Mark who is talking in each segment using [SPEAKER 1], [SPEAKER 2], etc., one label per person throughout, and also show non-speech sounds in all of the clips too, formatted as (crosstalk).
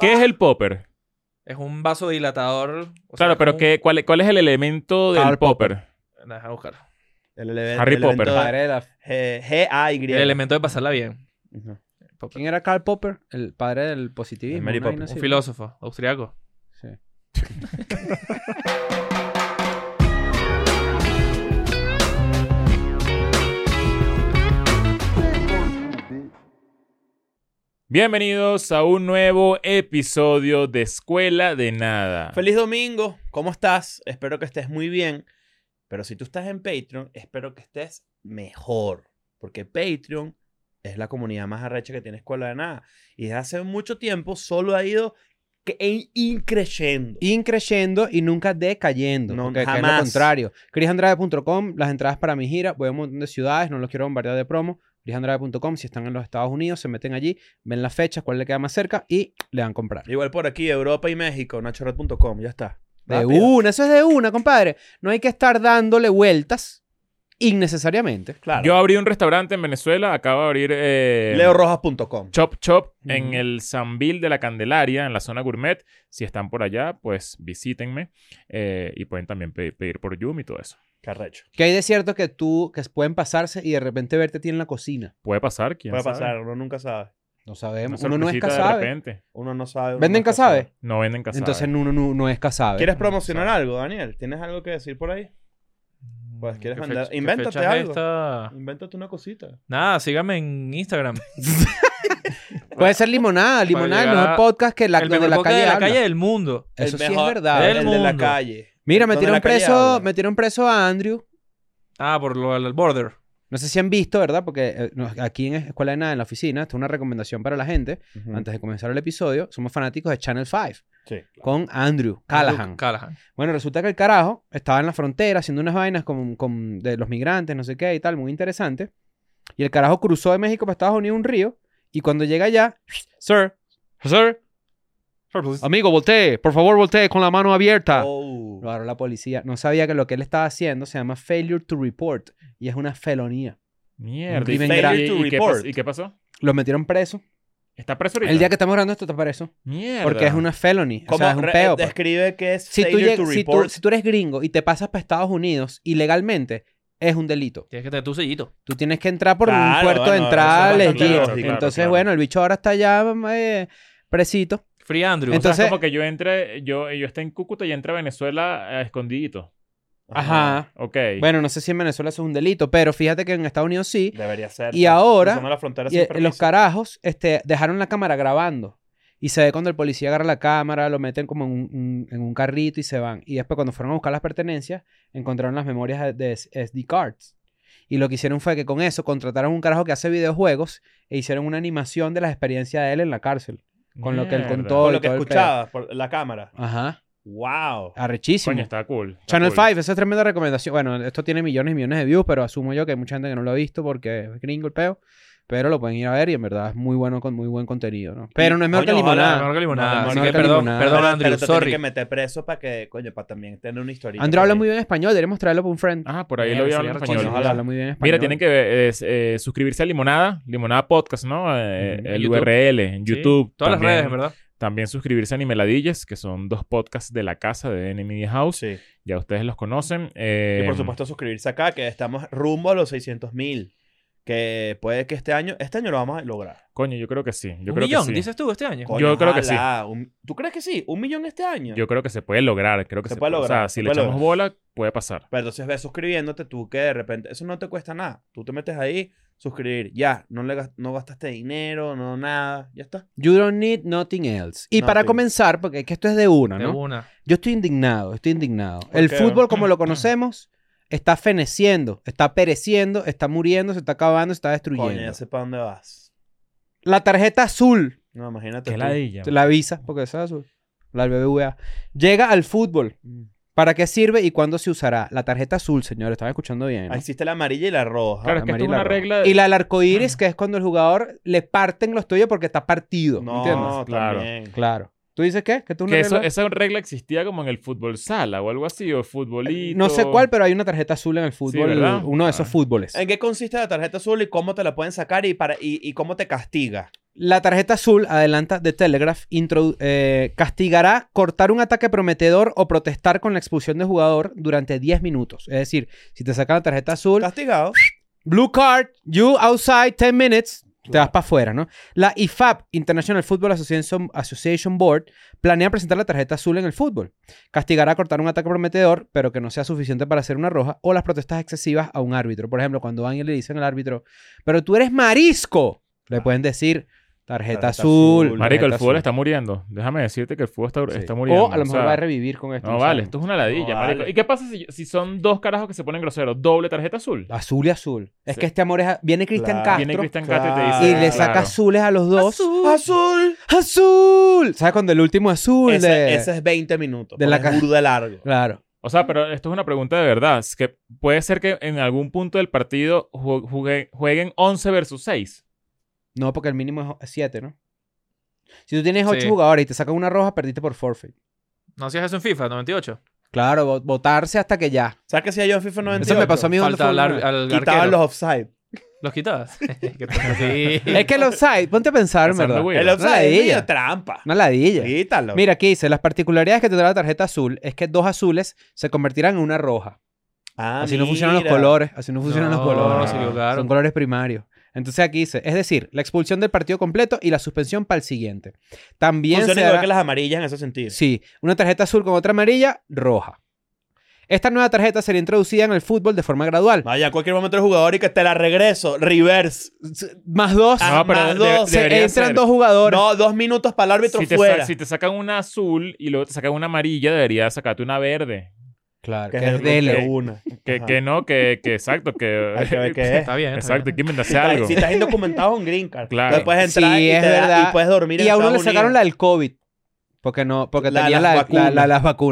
[SPEAKER 1] ¿Qué es el popper?
[SPEAKER 2] Es un vasodilatador. o
[SPEAKER 1] Claro,
[SPEAKER 2] sea,
[SPEAKER 1] pero
[SPEAKER 2] como
[SPEAKER 1] ¿qué, cuál, cuál es el elemento del
[SPEAKER 3] Karl
[SPEAKER 1] popper?
[SPEAKER 2] un- Deja buscar.
[SPEAKER 3] El ele-
[SPEAKER 1] Harry
[SPEAKER 3] el
[SPEAKER 1] Potter.
[SPEAKER 3] elemento
[SPEAKER 1] Padre
[SPEAKER 3] de- G- G-A-Y.
[SPEAKER 2] El elemento de pasarla bien.
[SPEAKER 3] Ujú.
[SPEAKER 2] Popper.
[SPEAKER 4] ¿Quién era Karl Popper? El padre del positivismo.
[SPEAKER 3] El Mary
[SPEAKER 4] una vaina
[SPEAKER 3] Popper.
[SPEAKER 4] así.
[SPEAKER 2] Un filósofo austriaco.
[SPEAKER 4] Sí.
[SPEAKER 1] Bienvenidos a un nuevo episodio de Escuela de Nada.
[SPEAKER 3] Feliz domingo, ¿cómo estás? Espero que estés muy bien. Pero si tú estás en Patreon, espero que estés mejor. Porque Patreon es la comunidad más arrecha que tiene Escuela de Nada. Y desde hace mucho tiempo solo ha ido que- e, en- increciendo.
[SPEAKER 4] Increyendo y nunca decayendo.
[SPEAKER 3] No,
[SPEAKER 4] porque acá es
[SPEAKER 3] jamás.
[SPEAKER 4] lo contrario. ChrisAndrade.com, las entradas para mi gira. Voy a un montón de ciudades, no los quiero bombardear de promo. ChrisAndrade.com, si están en los Estados Unidos, se meten allí, ven las fechas, cuál le queda más cerca y le dan comprar.
[SPEAKER 3] Igual por aquí, Europa y México, nachorad.com, ya está.
[SPEAKER 4] De
[SPEAKER 3] Rápido.
[SPEAKER 4] una, eso es de una, compadre. No hay que estar dándole vueltas innecesariamente.
[SPEAKER 3] Claro.
[SPEAKER 1] Yo abrí un restaurante en Venezuela, acabo de abrir eh,
[SPEAKER 3] LeoRojas.com.
[SPEAKER 1] Chop Chop en
[SPEAKER 4] Ujú.
[SPEAKER 1] el Sambil de la Candelaria, en la zona gourmet. Si están por allá, pues visítenme eh, y pueden también pe- pedir, por Yum y todo eso.
[SPEAKER 3] Qué arrecho.
[SPEAKER 4] Que hay de cierto que tú, que pueden pasarse y de repente verte a ti en la cocina.
[SPEAKER 1] Puede pasar, quién
[SPEAKER 3] Puede
[SPEAKER 1] sabe?
[SPEAKER 3] pasar, uno nunca sabe.
[SPEAKER 4] No
[SPEAKER 1] Una
[SPEAKER 4] sabemos. Uno no es
[SPEAKER 1] sorpresita de
[SPEAKER 4] casabe.
[SPEAKER 1] repente.
[SPEAKER 3] Uno no sabe. uno
[SPEAKER 4] ¿Venden
[SPEAKER 3] nunca
[SPEAKER 4] casabe?
[SPEAKER 3] sabe.
[SPEAKER 1] No venden casabe.
[SPEAKER 4] Entonces uno no, no es casabe.
[SPEAKER 3] ¿Quieres promocionar algo, Daniel? ¿Tienes algo que decir por ahí? Pues, ¿quieres
[SPEAKER 2] Mm, ¿Qué
[SPEAKER 3] mandar-
[SPEAKER 2] fecha- qué
[SPEAKER 3] invéntate
[SPEAKER 2] fecha es
[SPEAKER 3] algo?
[SPEAKER 2] esta?
[SPEAKER 3] Invéntate una cosita.
[SPEAKER 2] Nada, síganme en Instagram.
[SPEAKER 4] Puede ser limonada, limonada, el
[SPEAKER 2] llegar
[SPEAKER 4] mejor
[SPEAKER 2] a-
[SPEAKER 4] podcast que la,
[SPEAKER 2] el
[SPEAKER 4] donde
[SPEAKER 2] mejor
[SPEAKER 4] la
[SPEAKER 2] podcast
[SPEAKER 4] calle,
[SPEAKER 2] de la
[SPEAKER 4] habla.
[SPEAKER 2] calle del mundo.
[SPEAKER 4] Eso
[SPEAKER 3] El
[SPEAKER 4] sí es
[SPEAKER 3] mejor-
[SPEAKER 4] verdad.
[SPEAKER 3] El,
[SPEAKER 2] Del
[SPEAKER 3] de la
[SPEAKER 2] mundo.
[SPEAKER 3] calle.
[SPEAKER 4] Mira,
[SPEAKER 3] Donde la
[SPEAKER 4] metieron
[SPEAKER 3] calle
[SPEAKER 4] preso,
[SPEAKER 3] habla.
[SPEAKER 4] metieron preso a Andrew.
[SPEAKER 2] Ah, por lo del border.
[SPEAKER 4] No sé si han visto, ¿verdad? Porque eh, no- aquí en Escuela de Nada, en la oficina, está una recomendación para la gente.
[SPEAKER 3] Ujú.
[SPEAKER 4] Antes de comenzar el episodio, somos fanáticos de Channel 5
[SPEAKER 3] Sí.
[SPEAKER 4] con Andrew Callahan.
[SPEAKER 2] Luke Callahan.
[SPEAKER 4] Bueno, resulta que el carajo estaba en la frontera haciendo unas vainas con, con- de los migrantes, no sé qué y tal, muy interesante. Y el carajo cruzó de México para Estados Unidos un río. Y cuando llega allá, Sir, Sir, amigo, voltee, por favor, voltee con la mano abierta.
[SPEAKER 3] Oh.
[SPEAKER 4] Lo agarró la policía. No sabía que lo que él estaba haciendo se llama failure to report y es una felonía. Un
[SPEAKER 1] Mierda. ¿Y,
[SPEAKER 4] crimen
[SPEAKER 1] y-
[SPEAKER 3] grave.
[SPEAKER 1] y- y qué
[SPEAKER 3] Report.
[SPEAKER 1] pas- y qué pasó?
[SPEAKER 4] Lo metieron preso.
[SPEAKER 1] ¿Está preso ahorita?
[SPEAKER 4] El día que estamos grabando esto está preso.
[SPEAKER 1] Mierda.
[SPEAKER 4] Porque es una felony. O
[SPEAKER 3] Como
[SPEAKER 4] sea, es un
[SPEAKER 3] re-
[SPEAKER 4] peo. pues.
[SPEAKER 3] Describe que es
[SPEAKER 4] Si tú,
[SPEAKER 3] failure
[SPEAKER 4] lleg-
[SPEAKER 3] to
[SPEAKER 4] si, tú-
[SPEAKER 3] report.
[SPEAKER 4] si tú eres gringo y te pasas para Estados Unidos ilegalmente, es un delito.
[SPEAKER 2] Tienes que tener tu sellito.
[SPEAKER 4] Tú tienes que entrar por un
[SPEAKER 3] Claro,
[SPEAKER 4] puerto de
[SPEAKER 3] bueno,
[SPEAKER 4] entrada
[SPEAKER 3] eso es
[SPEAKER 1] bastante
[SPEAKER 4] legítimo.
[SPEAKER 1] lógico,
[SPEAKER 4] Entonces,
[SPEAKER 1] claro.
[SPEAKER 4] bueno, el bicho ahora está ya eh, presito.
[SPEAKER 2] Free Andrew.
[SPEAKER 1] O sea, es
[SPEAKER 4] Entonces-
[SPEAKER 1] como que yo entre, yo, yo esté en Cúcuta y entre a Venezuela eh, escondidito.
[SPEAKER 4] Ajá.
[SPEAKER 1] Ok.
[SPEAKER 4] Bueno, no sé si en Venezuela eso es un delito, pero fíjate que en Estados Unidos sí.
[SPEAKER 3] Debería ser.
[SPEAKER 4] Y ahora-
[SPEAKER 3] Cruzando la frontera
[SPEAKER 4] Y
[SPEAKER 3] sin
[SPEAKER 4] eh, los
[SPEAKER 3] permiso.
[SPEAKER 4] carajos este, dejaron la cámara grabando. Y se ve cuando el policía agarra la cámara, lo meten como en un, un- en un carrito y se van. Y después cuando fueron a buscar las pertenencias, encontraron las memorias de S- SD cards. Y lo que hicieron fue que con eso contrataron un carajo que hace videojuegos e hicieron una animación de las experiencias de él en la cárcel. con lo que él
[SPEAKER 1] Mierda.
[SPEAKER 4] contó.
[SPEAKER 3] Por
[SPEAKER 4] y
[SPEAKER 3] lo que
[SPEAKER 4] todo el pedo.
[SPEAKER 3] escuchabas, por la cámara.
[SPEAKER 4] Ajá.
[SPEAKER 3] Wow.
[SPEAKER 4] Arrechísimo.
[SPEAKER 1] Coño, está cool. está
[SPEAKER 4] Channel
[SPEAKER 1] cool.
[SPEAKER 4] 5, esa es tremenda recomendación. Bueno, esto tiene millones y millones de views, pero asumo yo que hay mucha gente que no lo ha visto porque es gringo el peo. Pero lo pueden ir a ver y en verdad es muy bueno con muy buen contenido, ¿no? Pero no es mejor
[SPEAKER 3] Coño,
[SPEAKER 4] que
[SPEAKER 3] ojalá,
[SPEAKER 4] limonada.
[SPEAKER 2] Mejor que
[SPEAKER 3] No,
[SPEAKER 2] limonada.
[SPEAKER 3] mejor
[SPEAKER 2] Así
[SPEAKER 4] que
[SPEAKER 2] que perdón,
[SPEAKER 4] limonada.
[SPEAKER 2] perdón,
[SPEAKER 3] Pero-
[SPEAKER 2] Andrew.
[SPEAKER 3] pero te
[SPEAKER 2] sorry.
[SPEAKER 3] tienen que meter preso para que, coño, para también tener una historia. Eh,
[SPEAKER 4] Andrew habla muy bien español, deberíamos traerlo para un friend.
[SPEAKER 1] Ah, por ahí
[SPEAKER 2] Mierda,
[SPEAKER 1] lo voy a
[SPEAKER 2] sería
[SPEAKER 1] hablar en
[SPEAKER 2] arrechísimo.
[SPEAKER 1] español.
[SPEAKER 4] Coño,
[SPEAKER 3] ojalá.
[SPEAKER 4] habla muy bien español.
[SPEAKER 1] Mira, tienen que eh, es, eh, suscribirse a Limonada, Limonada Podcast, ¿no?
[SPEAKER 4] Mm,
[SPEAKER 1] Eh,
[SPEAKER 2] Ujú.
[SPEAKER 1] El
[SPEAKER 2] YouTube.
[SPEAKER 1] URL, en
[SPEAKER 2] Sí,
[SPEAKER 1] YouTube.
[SPEAKER 2] Todas las
[SPEAKER 1] también-
[SPEAKER 2] redes, en verdad.
[SPEAKER 1] También suscribirse a Nimeladillas, que son dos podcasts de la casa de Enemy House.
[SPEAKER 3] Sí.
[SPEAKER 1] Ya ustedes los conocen.
[SPEAKER 3] Y
[SPEAKER 1] eh,
[SPEAKER 3] por supuesto suscribirse acá, que estamos rumbo a los 600 mil. Que puede que este año, este año lo vamos a lograr.
[SPEAKER 1] Coño, yo creo que sí. Yo
[SPEAKER 2] un
[SPEAKER 1] creo
[SPEAKER 2] millón,
[SPEAKER 1] que sí.
[SPEAKER 2] dices tú, este año.
[SPEAKER 3] Coño,
[SPEAKER 1] Yo creo que sí.
[SPEAKER 3] ojalá. Un- ¿Tú crees que sí? ¿Un millón este año?
[SPEAKER 1] Yo creo que se puede lograr. Creo que
[SPEAKER 3] Se
[SPEAKER 1] se,
[SPEAKER 3] puede
[SPEAKER 1] O sea,
[SPEAKER 3] lograr,
[SPEAKER 1] si
[SPEAKER 3] se
[SPEAKER 1] le
[SPEAKER 3] puede
[SPEAKER 1] echamos bola, puede pasar.
[SPEAKER 3] Pero entonces ve suscribiéndote tú que de repente, eso no te cuesta nada. Tú te metes ahí, suscribir, ya, no, le gas- no gastaste dinero, no nada, ya está.
[SPEAKER 4] You don't need nothing else. Y para
[SPEAKER 3] Nothing.
[SPEAKER 4] comenzar, porque es que esto es de una,
[SPEAKER 2] De
[SPEAKER 4] ¿no?
[SPEAKER 2] una.
[SPEAKER 4] Yo estoy indignado, estoy indignado. El
[SPEAKER 3] qué?
[SPEAKER 4] fútbol
[SPEAKER 1] (clears throat)
[SPEAKER 4] como lo conocemos está feneciendo, está pereciendo, está muriendo, se está acabando, se está
[SPEAKER 3] Coño,
[SPEAKER 4] destruyendo.
[SPEAKER 3] ya sé para dónde vas.
[SPEAKER 4] La tarjeta azul
[SPEAKER 3] No, imagínate.
[SPEAKER 1] Que
[SPEAKER 3] tú.
[SPEAKER 1] ladilla.
[SPEAKER 4] La visa, porque esa es azul. La BBVA. Llega al fútbol.
[SPEAKER 1] Mm.
[SPEAKER 4] ¿Para qué sirve y cuándo se usará? La tarjeta azul, señor. Estaba escuchando bien. ¿no?
[SPEAKER 3] Ah, Existe la amarilla y la roja.
[SPEAKER 1] Claro, es que esto es
[SPEAKER 4] Amarilla
[SPEAKER 1] una
[SPEAKER 4] roja.
[SPEAKER 1] regla.
[SPEAKER 4] Y la del arco iris, que es cuando el jugador le parten los tuyos porque está partido.
[SPEAKER 3] no,
[SPEAKER 4] ¿Entiendes?
[SPEAKER 3] claro.
[SPEAKER 1] Claro.
[SPEAKER 4] Claro. ¿Tú dices qué? Que tú una
[SPEAKER 1] Que eso-
[SPEAKER 4] regla-
[SPEAKER 1] esa regla existía como en el fútbol sala o algo así, o futbolito.
[SPEAKER 4] No sé cuál, pero hay una tarjeta azul en el fútbol,
[SPEAKER 1] ¿verdad?
[SPEAKER 4] uno de esos
[SPEAKER 1] Ah.
[SPEAKER 4] fútboles.
[SPEAKER 3] ¿En qué consiste la tarjeta azul y cómo te la pueden sacar y, para, y, y cómo te castiga?
[SPEAKER 4] La tarjeta azul, adelanta The Telegraph, introdu- eh, castigará cortar un ataque prometedor o protestar con la expulsión de jugador durante 10 minutos. Es decir, si te sacan la tarjeta azul,
[SPEAKER 3] Castigado.
[SPEAKER 4] Blue card, you outside 10 minutes. Te vas para afuera, ¿no? La IFAB, International Football Association, Association Board, planea presentar la tarjeta azul en el fútbol. Castigará a cortar un ataque prometedor, pero que no sea suficiente para hacer una roja, o las protestas excesivas a un árbitro. Por ejemplo, cuando van y le dicen al árbitro, pero tú eres marisco, le pueden decir tarjeta,
[SPEAKER 3] Tarjeta
[SPEAKER 4] azul.
[SPEAKER 3] azul.
[SPEAKER 1] Marico, el
[SPEAKER 4] tarjeta
[SPEAKER 1] fútbol
[SPEAKER 4] azul".
[SPEAKER 1] está muriendo. Déjame decirte que el fútbol está,
[SPEAKER 3] Sí.
[SPEAKER 1] está
[SPEAKER 3] O
[SPEAKER 1] muriendo.
[SPEAKER 4] O a lo mejor
[SPEAKER 1] sea,
[SPEAKER 4] va a revivir con esto.
[SPEAKER 1] No vale, esto es una ladilla,
[SPEAKER 3] No
[SPEAKER 1] marico.
[SPEAKER 3] vale.
[SPEAKER 1] ¿Y qué pasa si, si son dos carajos que se ponen groseros? Doble tarjeta azul.
[SPEAKER 4] Azul y azul. Es
[SPEAKER 1] Sí.
[SPEAKER 4] que este amor es... a- Viene Cristian
[SPEAKER 3] Claro.
[SPEAKER 1] Viene
[SPEAKER 4] Castro
[SPEAKER 1] Cristian Castro y te dice.
[SPEAKER 4] y le
[SPEAKER 3] claro.
[SPEAKER 4] saca azules a los dos.
[SPEAKER 3] ¡Azul!
[SPEAKER 4] ¡Azul! ¿Sabes cuando el último azul
[SPEAKER 3] Ese,
[SPEAKER 4] de...?
[SPEAKER 3] ese es 20 minutos.
[SPEAKER 4] de
[SPEAKER 3] De
[SPEAKER 4] la
[SPEAKER 3] la
[SPEAKER 4] ca-
[SPEAKER 3] burda largo.
[SPEAKER 4] Claro.
[SPEAKER 1] O sea, pero esto es una pregunta de verdad. Es que puede ser que en algún punto del partido ju- jugue- jueguen 11 versus 6.
[SPEAKER 4] No, porque el mínimo es 7, ¿no? Si tú tienes 8
[SPEAKER 2] Sí.
[SPEAKER 4] jugadores y te sacan una roja, perdiste por forfeit.
[SPEAKER 2] ¿No hacías eso en FIFA 98?
[SPEAKER 4] Claro, votarse hasta que ya.
[SPEAKER 3] ¿Sabes qué hacía yo en FIFA 98?
[SPEAKER 4] Eso me pasó a mí cuando
[SPEAKER 2] Falta al,
[SPEAKER 4] fue
[SPEAKER 2] ar-
[SPEAKER 4] una-
[SPEAKER 2] al
[SPEAKER 3] Quitaban
[SPEAKER 2] arquero.
[SPEAKER 3] los offside.
[SPEAKER 2] ¿Los quitabas? (laughs) Qué tonto. sí. (laughs)
[SPEAKER 4] (laughs) Es que el offside, ponte a pensar, en
[SPEAKER 1] Pensando,
[SPEAKER 4] ¿verdad?
[SPEAKER 1] güey.
[SPEAKER 3] El
[SPEAKER 1] Una
[SPEAKER 3] offside es
[SPEAKER 4] ladilla.
[SPEAKER 3] medio trampa.
[SPEAKER 4] Una ladilla.
[SPEAKER 3] Quítalo.
[SPEAKER 4] Mira, aquí dice, las particularidades que tendrá la tarjeta azul es que dos azules se convertirán en una roja.
[SPEAKER 3] Ah,
[SPEAKER 4] así no funcionan los
[SPEAKER 3] mira.
[SPEAKER 4] colores, así no funcionan los
[SPEAKER 2] No,
[SPEAKER 4] colores.
[SPEAKER 2] se equivocaron.
[SPEAKER 4] Son colores primarios. Entonces aquí dice, es decir, la expulsión del partido completo y la suspensión para el siguiente. También
[SPEAKER 3] Funcionan
[SPEAKER 4] se
[SPEAKER 3] igual
[SPEAKER 4] hará-
[SPEAKER 3] que las amarillas en ese sentido.
[SPEAKER 4] Sí, una tarjeta azul con otra amarilla, roja. Esta nueva tarjeta será introducida en el fútbol de forma gradual.
[SPEAKER 3] Vaya, en cualquier momento el jugador y que te la regreso. Reverse.
[SPEAKER 4] S- Más dos,
[SPEAKER 3] Ah,
[SPEAKER 1] no, pero
[SPEAKER 3] más
[SPEAKER 1] de-
[SPEAKER 3] dos,
[SPEAKER 4] se
[SPEAKER 1] debería
[SPEAKER 4] entran
[SPEAKER 1] ser.
[SPEAKER 4] dos jugadores.
[SPEAKER 3] No, dos minutos para el árbitro
[SPEAKER 1] Si te,
[SPEAKER 3] fuera.
[SPEAKER 1] sa- si te sacan una azul y luego te sacan una amarilla, debería sacarte una verde.
[SPEAKER 4] Claro,
[SPEAKER 3] Que
[SPEAKER 4] que,
[SPEAKER 3] es
[SPEAKER 4] es de
[SPEAKER 3] el
[SPEAKER 4] ley.
[SPEAKER 3] de una.
[SPEAKER 1] Que,
[SPEAKER 3] Ajá.
[SPEAKER 1] que no, que, que exacto,
[SPEAKER 4] (laughs)
[SPEAKER 1] que... (laughs)
[SPEAKER 3] Hay que ver qué es.
[SPEAKER 2] Está bien. está
[SPEAKER 1] Exacto, hay
[SPEAKER 2] bien.
[SPEAKER 1] que inventarse
[SPEAKER 3] Si
[SPEAKER 1] algo.
[SPEAKER 3] estás- Si estás indocumentado es un green card.
[SPEAKER 1] Claro.
[SPEAKER 3] Entonces puedes
[SPEAKER 4] Sí,
[SPEAKER 3] entrar y,
[SPEAKER 4] es
[SPEAKER 3] te da-
[SPEAKER 4] verdad.
[SPEAKER 3] y puedes dormir en
[SPEAKER 4] Y a uno le
[SPEAKER 3] Estados
[SPEAKER 4] sacaron la
[SPEAKER 3] Unidos.
[SPEAKER 4] del COVID. Porque no, porque
[SPEAKER 3] La-
[SPEAKER 4] tenía la-
[SPEAKER 3] las
[SPEAKER 4] la- la- las
[SPEAKER 3] vacunas.
[SPEAKER 4] vacunas.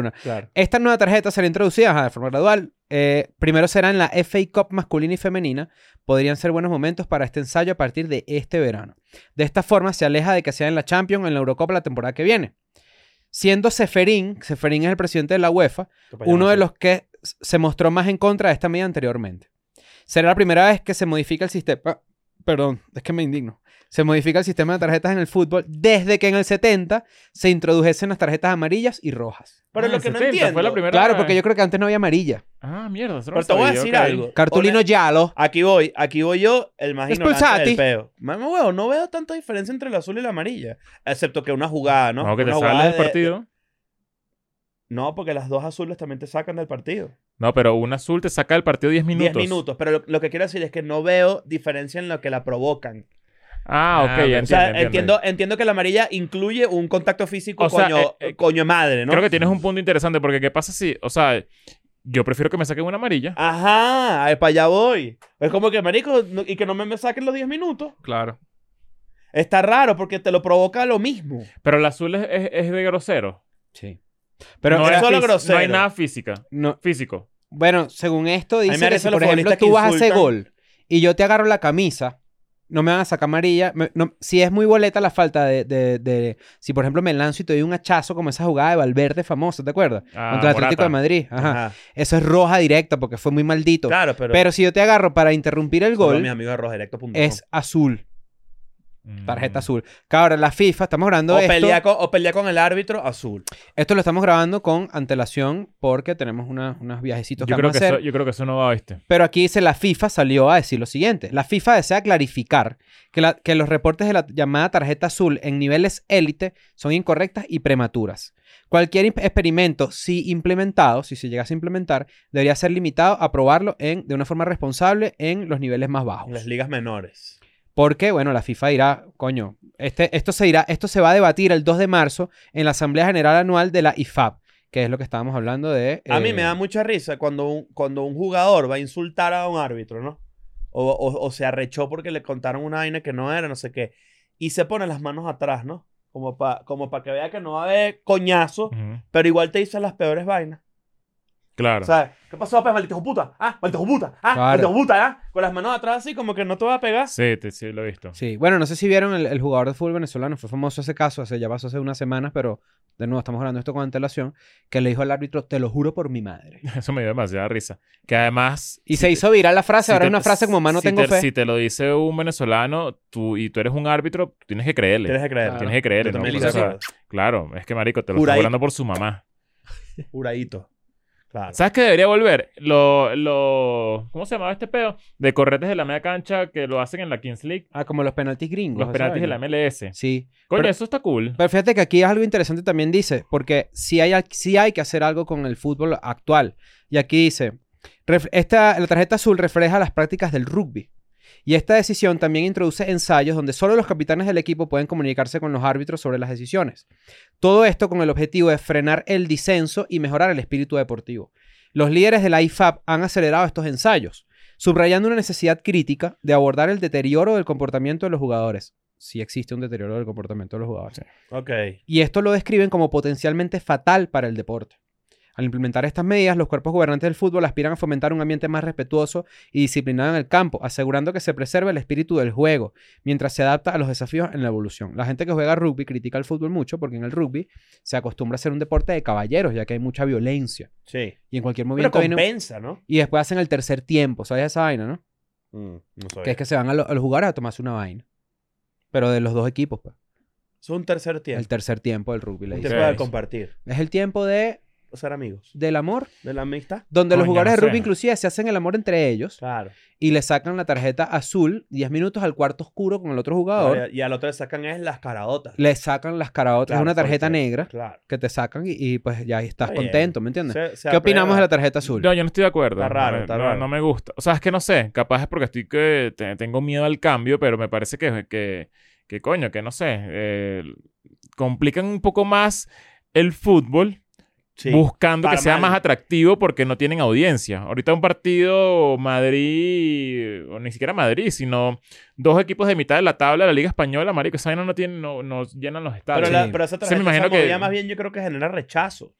[SPEAKER 4] Esta nueva tarjeta será introducida ajá, de forma gradual. Eh, primero será en la FA Cup masculina y femenina. Podrían ser buenos momentos para este ensayo a partir de este verano. De esta forma se aleja de que sea en la Champions o en la Eurocopa la temporada que viene. Siendo Seferín, Seferín es el presidente de la UEFA,
[SPEAKER 3] pues
[SPEAKER 4] uno de los que s- se mostró más en contra de esta medida anteriormente. Será la primera vez que se modifica el sistema. ah, Perdón, es que me indigno. Se modifica el sistema de tarjetas en el fútbol desde que en el 70 se introdujesen las tarjetas amarillas y rojas.
[SPEAKER 3] Pero
[SPEAKER 1] Ah,
[SPEAKER 3] lo que no
[SPEAKER 1] 70,
[SPEAKER 3] entiendo.
[SPEAKER 1] Fue la primera...
[SPEAKER 4] Claro, porque yo creo que antes no había amarilla.
[SPEAKER 1] Ah, mierda. eso no
[SPEAKER 3] Pero
[SPEAKER 1] lo
[SPEAKER 3] te voy a
[SPEAKER 1] sabía,
[SPEAKER 3] decir
[SPEAKER 1] ok.
[SPEAKER 3] algo.
[SPEAKER 4] Cartulino
[SPEAKER 3] Honest-
[SPEAKER 4] yalo.
[SPEAKER 3] Aquí voy, aquí voy yo, el más ignorante
[SPEAKER 4] Expulsati.
[SPEAKER 3] del peo. Mamá, huevo, no veo tanta diferencia entre el azul y la amarilla. Excepto que una jugada, ¿no?
[SPEAKER 1] No, que te
[SPEAKER 3] Una
[SPEAKER 1] sales
[SPEAKER 3] jugada
[SPEAKER 1] del
[SPEAKER 3] de-
[SPEAKER 1] partido.
[SPEAKER 3] No, porque las dos azules también te sacan del partido.
[SPEAKER 1] No, pero un azul te saca del partido 10 minutos.
[SPEAKER 3] 10 minutos. Pero lo, lo que quiero decir es que no veo diferencia en lo que la provocan.
[SPEAKER 1] Ah, ok,
[SPEAKER 2] Ah, pero-
[SPEAKER 1] ya
[SPEAKER 3] o sea,
[SPEAKER 1] entiendo, entiendo.
[SPEAKER 3] entiendo, entiendo que la amarilla incluye un contacto físico,
[SPEAKER 1] O sea,
[SPEAKER 3] coño,
[SPEAKER 1] eh, eh,
[SPEAKER 3] coño madre, ¿no?
[SPEAKER 1] Creo que tienes un punto interesante porque ¿qué pasa si, o sea, yo prefiero que me saquen una amarilla?
[SPEAKER 3] Ah. Ajá, para allá voy. Es como que, marico, no- y que no me, me saquen los 10 minutos.
[SPEAKER 2] Claro.
[SPEAKER 3] Está raro porque te lo provoca lo mismo.
[SPEAKER 1] Pero el azul es, es- es de grosero.
[SPEAKER 4] Sí. Pero
[SPEAKER 1] no
[SPEAKER 3] es
[SPEAKER 4] era-
[SPEAKER 3] solo
[SPEAKER 1] fis- No hay
[SPEAKER 3] grosero.
[SPEAKER 1] nada física,
[SPEAKER 4] no-
[SPEAKER 1] físico.
[SPEAKER 4] bueno, según esto
[SPEAKER 3] me
[SPEAKER 4] dice que
[SPEAKER 3] parecen
[SPEAKER 4] si,
[SPEAKER 3] los
[SPEAKER 4] por ejemplo
[SPEAKER 3] futbolistas que
[SPEAKER 4] tú vas a hacer
[SPEAKER 3] insultan.
[SPEAKER 4] gol y yo te agarro la camisa, no me van a sacar amarilla. me- no- si es muy boleta la falta de, de- de- si por ejemplo me lanzo y te doy un hachazo como esa jugada de Valverde famosa, ¿te acuerdas?
[SPEAKER 1] Ah,
[SPEAKER 4] Contra el Atlético
[SPEAKER 1] Morata.
[SPEAKER 4] de Madrid. Ajá.
[SPEAKER 3] Ajá.
[SPEAKER 4] Eso es roja directa porque fue muy maldito.
[SPEAKER 3] Claro, pero,
[SPEAKER 4] pero, si yo te agarro para interrumpir el
[SPEAKER 3] Solo
[SPEAKER 4] gol
[SPEAKER 3] mis amigos de rojadirecto.com.
[SPEAKER 4] es azul,
[SPEAKER 1] Mm.
[SPEAKER 4] tarjeta azul. Ahora la FIFA estamos hablando
[SPEAKER 3] o
[SPEAKER 4] de esto.
[SPEAKER 3] pelea, con, o pelea con el árbitro azul.
[SPEAKER 4] Esto lo estamos grabando con antelación porque tenemos una- unos viajecitos que
[SPEAKER 1] Yo creo
[SPEAKER 4] vamos
[SPEAKER 1] que,
[SPEAKER 4] a hacer.
[SPEAKER 1] eso, yo creo que eso no va, ¿viste?
[SPEAKER 4] Pero aquí dice la FIFA salió a decir lo siguiente. La FIFA desea clarificar que, la- que los reportes de la llamada tarjeta azul en niveles élite son incorrectas y prematuras. Cualquier imp- experimento, si implementado, si se llegase a implementar, debería ser limitado a probarlo en, de una forma responsable en los niveles más
[SPEAKER 3] En las
[SPEAKER 4] bajos.
[SPEAKER 3] ligas menores.
[SPEAKER 4] Porque, bueno, la FIFA dirá, coño, este, esto, se irá, esto se va a debatir el 2 de marzo en la Asamblea General Anual de la IFAB, que es lo que estábamos hablando de...
[SPEAKER 3] A mí
[SPEAKER 4] eh,
[SPEAKER 3] me da mucha risa cuando un, cuando un jugador va a insultar a un árbitro, ¿no? O, o- o se arrechó porque le contaron una vaina que no era, no sé qué. Y se pone las manos atrás, ¿no? Como para como pa que vea que no va a haber coñazo,
[SPEAKER 1] Ujú.
[SPEAKER 3] pero igual te hizo las peores vainas.
[SPEAKER 1] Claro.
[SPEAKER 3] O sea, ¿qué pasó, pues, maldito hijo de puta? Ah, maldito hijo de puta. Ah,
[SPEAKER 4] Claro.
[SPEAKER 3] maldito hijo de puta, ah. Con las manos atrás así, como que no te va a pegar.
[SPEAKER 1] sí, te- sí, lo he visto. (laughs)
[SPEAKER 4] Sí, bueno, no sé si vieron el, el jugador de fútbol venezolano, fue famoso ese caso, hace, ya pasó hace unas semanas, pero de nuevo estamos hablando de esto con antelación, que le dijo al árbitro, te lo juro por mi madre.
[SPEAKER 1] Eso me dio demasiada risa. Que además... si
[SPEAKER 4] Y se
[SPEAKER 1] te-
[SPEAKER 4] hizo viral la frase,
[SPEAKER 1] si
[SPEAKER 4] ahora
[SPEAKER 1] te-
[SPEAKER 4] es una frase como, más no
[SPEAKER 1] si
[SPEAKER 4] tengo
[SPEAKER 1] te-
[SPEAKER 4] fe.
[SPEAKER 1] Si te lo dice un venezolano tú, y tú eres un árbitro, tú tienes que creerle.
[SPEAKER 3] Tienes que creer.
[SPEAKER 2] Claro.
[SPEAKER 1] Tienes que
[SPEAKER 3] Yo
[SPEAKER 1] creerle. ¿no?
[SPEAKER 3] también
[SPEAKER 1] Porque,
[SPEAKER 3] le
[SPEAKER 1] o
[SPEAKER 3] hice
[SPEAKER 1] sea,
[SPEAKER 3] así,
[SPEAKER 1] claro, es que marico, te lo está
[SPEAKER 3] Jura ahí.
[SPEAKER 1] cobrando por su mamá.
[SPEAKER 3] juradito. Claro.
[SPEAKER 1] ¿Sabes qué debería volver? Lo, lo, ¿Cómo se llamaba este pedo? De corretes de la media cancha que lo hacen en la Kings League.
[SPEAKER 4] Ah, como los penaltis gringos.
[SPEAKER 1] Los
[SPEAKER 4] esa
[SPEAKER 1] penaltis de la
[SPEAKER 4] vaina.
[SPEAKER 1] MLS.
[SPEAKER 4] Sí.
[SPEAKER 1] Coño,
[SPEAKER 4] Pero-
[SPEAKER 1] eso está cool.
[SPEAKER 4] Pero fíjate que aquí algo interesante también dice, porque sí hay, sí hay que hacer algo con el fútbol actual. Y aquí dice, "Ref- esta, la tarjeta azul refleja las prácticas del rugby. Y esta decisión también introduce ensayos donde solo los capitanes del equipo pueden comunicarse con los árbitros sobre las decisiones. Todo esto con el objetivo de frenar el disenso y mejorar el espíritu deportivo. Los líderes de la IFAB han acelerado estos ensayos, subrayando una necesidad crítica de abordar el deterioro del comportamiento de los jugadores. Si existe un deterioro del comportamiento de los jugadores.
[SPEAKER 3] Ok.
[SPEAKER 4] Y esto lo describen como potencialmente fatal para el deporte. Al implementar estas medidas, los cuerpos gobernantes del fútbol aspiran a fomentar un ambiente más respetuoso y disciplinado en el campo, asegurando que se preserve el espíritu del juego, mientras se adapta a los desafíos en la evolución. La gente que juega rugby critica el fútbol mucho porque en el rugby se acostumbra a ser un deporte de caballeros, ya que hay mucha violencia.
[SPEAKER 3] Sí.
[SPEAKER 4] Y en cualquier
[SPEAKER 3] Pero
[SPEAKER 4] movimiento viene...
[SPEAKER 3] compensa, ¿no?
[SPEAKER 4] Y después hacen el tercer tiempo, ¿sabes esa vaina, no?
[SPEAKER 3] Mm, no sabía.
[SPEAKER 4] Que es que se van a, lo- a los jugadores a tomarse una vaina. Pero de los dos equipos, pues.
[SPEAKER 3] Es un tercer
[SPEAKER 4] El
[SPEAKER 3] tiempo.
[SPEAKER 4] tercer tiempo del rugby, le
[SPEAKER 3] Un
[SPEAKER 1] Ok.
[SPEAKER 4] dicen.
[SPEAKER 3] tiempo de compartir.
[SPEAKER 4] Es el tiempo de,
[SPEAKER 3] O ser amigos.
[SPEAKER 4] del amor.
[SPEAKER 3] De la amistad.
[SPEAKER 4] Donde los
[SPEAKER 1] Coño,
[SPEAKER 4] jugadores
[SPEAKER 1] no
[SPEAKER 4] de rugby
[SPEAKER 1] sé.
[SPEAKER 4] inclusive se hacen el amor entre ellos
[SPEAKER 3] Claro.
[SPEAKER 4] y le sacan la tarjeta azul 10 minutos al cuarto oscuro con el otro jugador.
[SPEAKER 3] Y al otro le sacan es las caradotas.
[SPEAKER 4] Le sacan las caraotas.
[SPEAKER 3] Claro,
[SPEAKER 4] es una tarjeta
[SPEAKER 3] porque-
[SPEAKER 4] negra
[SPEAKER 3] Claro.
[SPEAKER 4] que te sacan y, y, pues ya ahí estás
[SPEAKER 3] Está bien.
[SPEAKER 4] contento, ¿me entiendes?
[SPEAKER 3] Se- se
[SPEAKER 4] ¿Qué opinamos de la
[SPEAKER 3] aprueba.
[SPEAKER 4] tarjeta azul?
[SPEAKER 1] No, yo no estoy de acuerdo.
[SPEAKER 3] Está raro,
[SPEAKER 1] no,
[SPEAKER 3] está
[SPEAKER 1] no-
[SPEAKER 3] raro.
[SPEAKER 1] no me gusta. O sea, es que no sé. Capaz es porque estoy que te- tengo miedo al cambio, pero me parece que, que, que coño, que no sé. eh, complican un poco más el fútbol
[SPEAKER 3] Sí.
[SPEAKER 1] buscando que
[SPEAKER 3] para
[SPEAKER 1] sea
[SPEAKER 3] mal.
[SPEAKER 1] más atractivo porque no tienen audiencia. Ahorita un partido Madrid, o ni siquiera Madrid, sino dos equipos de mitad de la tabla de la Liga Española, marico, esa vaina no tiene, no, no llenan los
[SPEAKER 3] Pero,
[SPEAKER 1] estadios.
[SPEAKER 3] la-
[SPEAKER 4] Sí.
[SPEAKER 3] pero esa
[SPEAKER 1] me
[SPEAKER 3] tarjeta,
[SPEAKER 1] imagino
[SPEAKER 3] esa movida
[SPEAKER 1] que-
[SPEAKER 3] más bien yo creo que genera rechazo.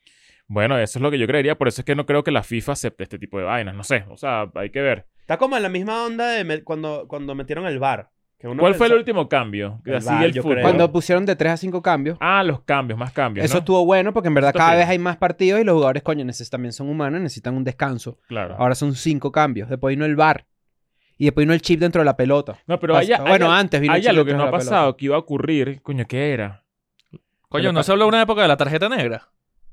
[SPEAKER 1] Bueno, eso es lo que yo creería, por eso es que no creo que la FIFA acepte este tipo de vainas, no sé, o sea, hay que ver.
[SPEAKER 3] Está como en la misma onda de me- cuando, cuando metieron el bar.
[SPEAKER 1] ¿Cuál fue el último cambio?
[SPEAKER 3] El
[SPEAKER 1] Así
[SPEAKER 3] VAR,
[SPEAKER 1] del
[SPEAKER 3] yo
[SPEAKER 1] fútbol.
[SPEAKER 3] creo.
[SPEAKER 4] Cuando pusieron de 3 a 5 cambios.
[SPEAKER 1] Ah, los cambios, más cambios,
[SPEAKER 4] Eso
[SPEAKER 1] ¿no?
[SPEAKER 4] estuvo bueno porque en verdad
[SPEAKER 1] Esto
[SPEAKER 4] cada
[SPEAKER 1] sí.
[SPEAKER 4] vez hay más partidos y los jugadores, coño, neces- también son humanos, necesitan un descanso.
[SPEAKER 1] Claro.
[SPEAKER 4] Ahora son 5 cambios. Después vino el bar. Y después vino el chip dentro de la pelota.
[SPEAKER 1] No, pero
[SPEAKER 4] Pas-
[SPEAKER 1] haya,
[SPEAKER 4] bueno, antes vino el chip
[SPEAKER 1] lo que
[SPEAKER 4] dentro
[SPEAKER 1] no
[SPEAKER 4] de
[SPEAKER 1] ha
[SPEAKER 4] la pelota.
[SPEAKER 1] pasado, que iba a ocurrir, coño, ¿qué era?
[SPEAKER 2] Coño, ¿no se habló una época de la tarjeta negra?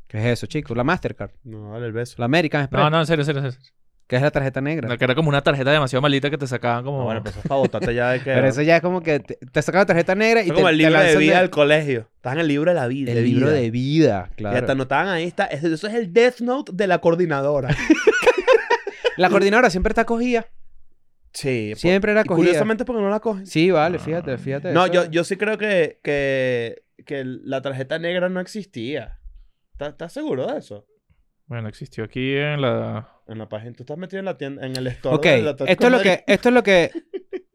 [SPEAKER 4] ¿Qué es eso, chicos? La Mastercard.
[SPEAKER 3] No, dale el beso.
[SPEAKER 4] La American Express.
[SPEAKER 2] No, no, en serio, en serio. En serio.
[SPEAKER 4] Que es la tarjeta negra.
[SPEAKER 2] No, que era como una tarjeta demasiado malita que te sacaban como...
[SPEAKER 3] No, Ah, bueno, pues. pero eso es para
[SPEAKER 4] (laughs)
[SPEAKER 3] botarte ya de que.
[SPEAKER 4] Pero eso ya es como que te, te sacan la tarjeta negra y
[SPEAKER 3] es
[SPEAKER 4] te,
[SPEAKER 3] como el
[SPEAKER 4] te
[SPEAKER 3] libro de
[SPEAKER 4] lanzan
[SPEAKER 3] vida
[SPEAKER 4] de-
[SPEAKER 3] del colegio. Estás en el libro de la vida.
[SPEAKER 4] el libro
[SPEAKER 3] vida.
[SPEAKER 4] de vida,
[SPEAKER 3] Y
[SPEAKER 4] claro.
[SPEAKER 3] hasta anotaban ahí. Está, eso eso es el Death Note de
[SPEAKER 4] (laughs)
[SPEAKER 3] la coordinadora.
[SPEAKER 4] La coordinadora siempre está cogida.
[SPEAKER 3] sí. por-
[SPEAKER 4] Siempre era
[SPEAKER 3] y
[SPEAKER 4] cogida.
[SPEAKER 3] curiosamente porque no la cogen.
[SPEAKER 4] Sí, vale,
[SPEAKER 1] Ah.
[SPEAKER 4] fíjate, fíjate.
[SPEAKER 3] no,
[SPEAKER 4] eso
[SPEAKER 3] yo,
[SPEAKER 4] es-
[SPEAKER 3] yo sí creo que, que, que la tarjeta negra no existía. ¿Estás estás seguro de eso?
[SPEAKER 2] Bueno, existió aquí en la...
[SPEAKER 3] En la página. Tú estás metido en la tienda, en el store.
[SPEAKER 4] Ok,
[SPEAKER 3] de la Todd
[SPEAKER 4] esto es, lo que,
[SPEAKER 3] Comedy.
[SPEAKER 4] esto, es lo que,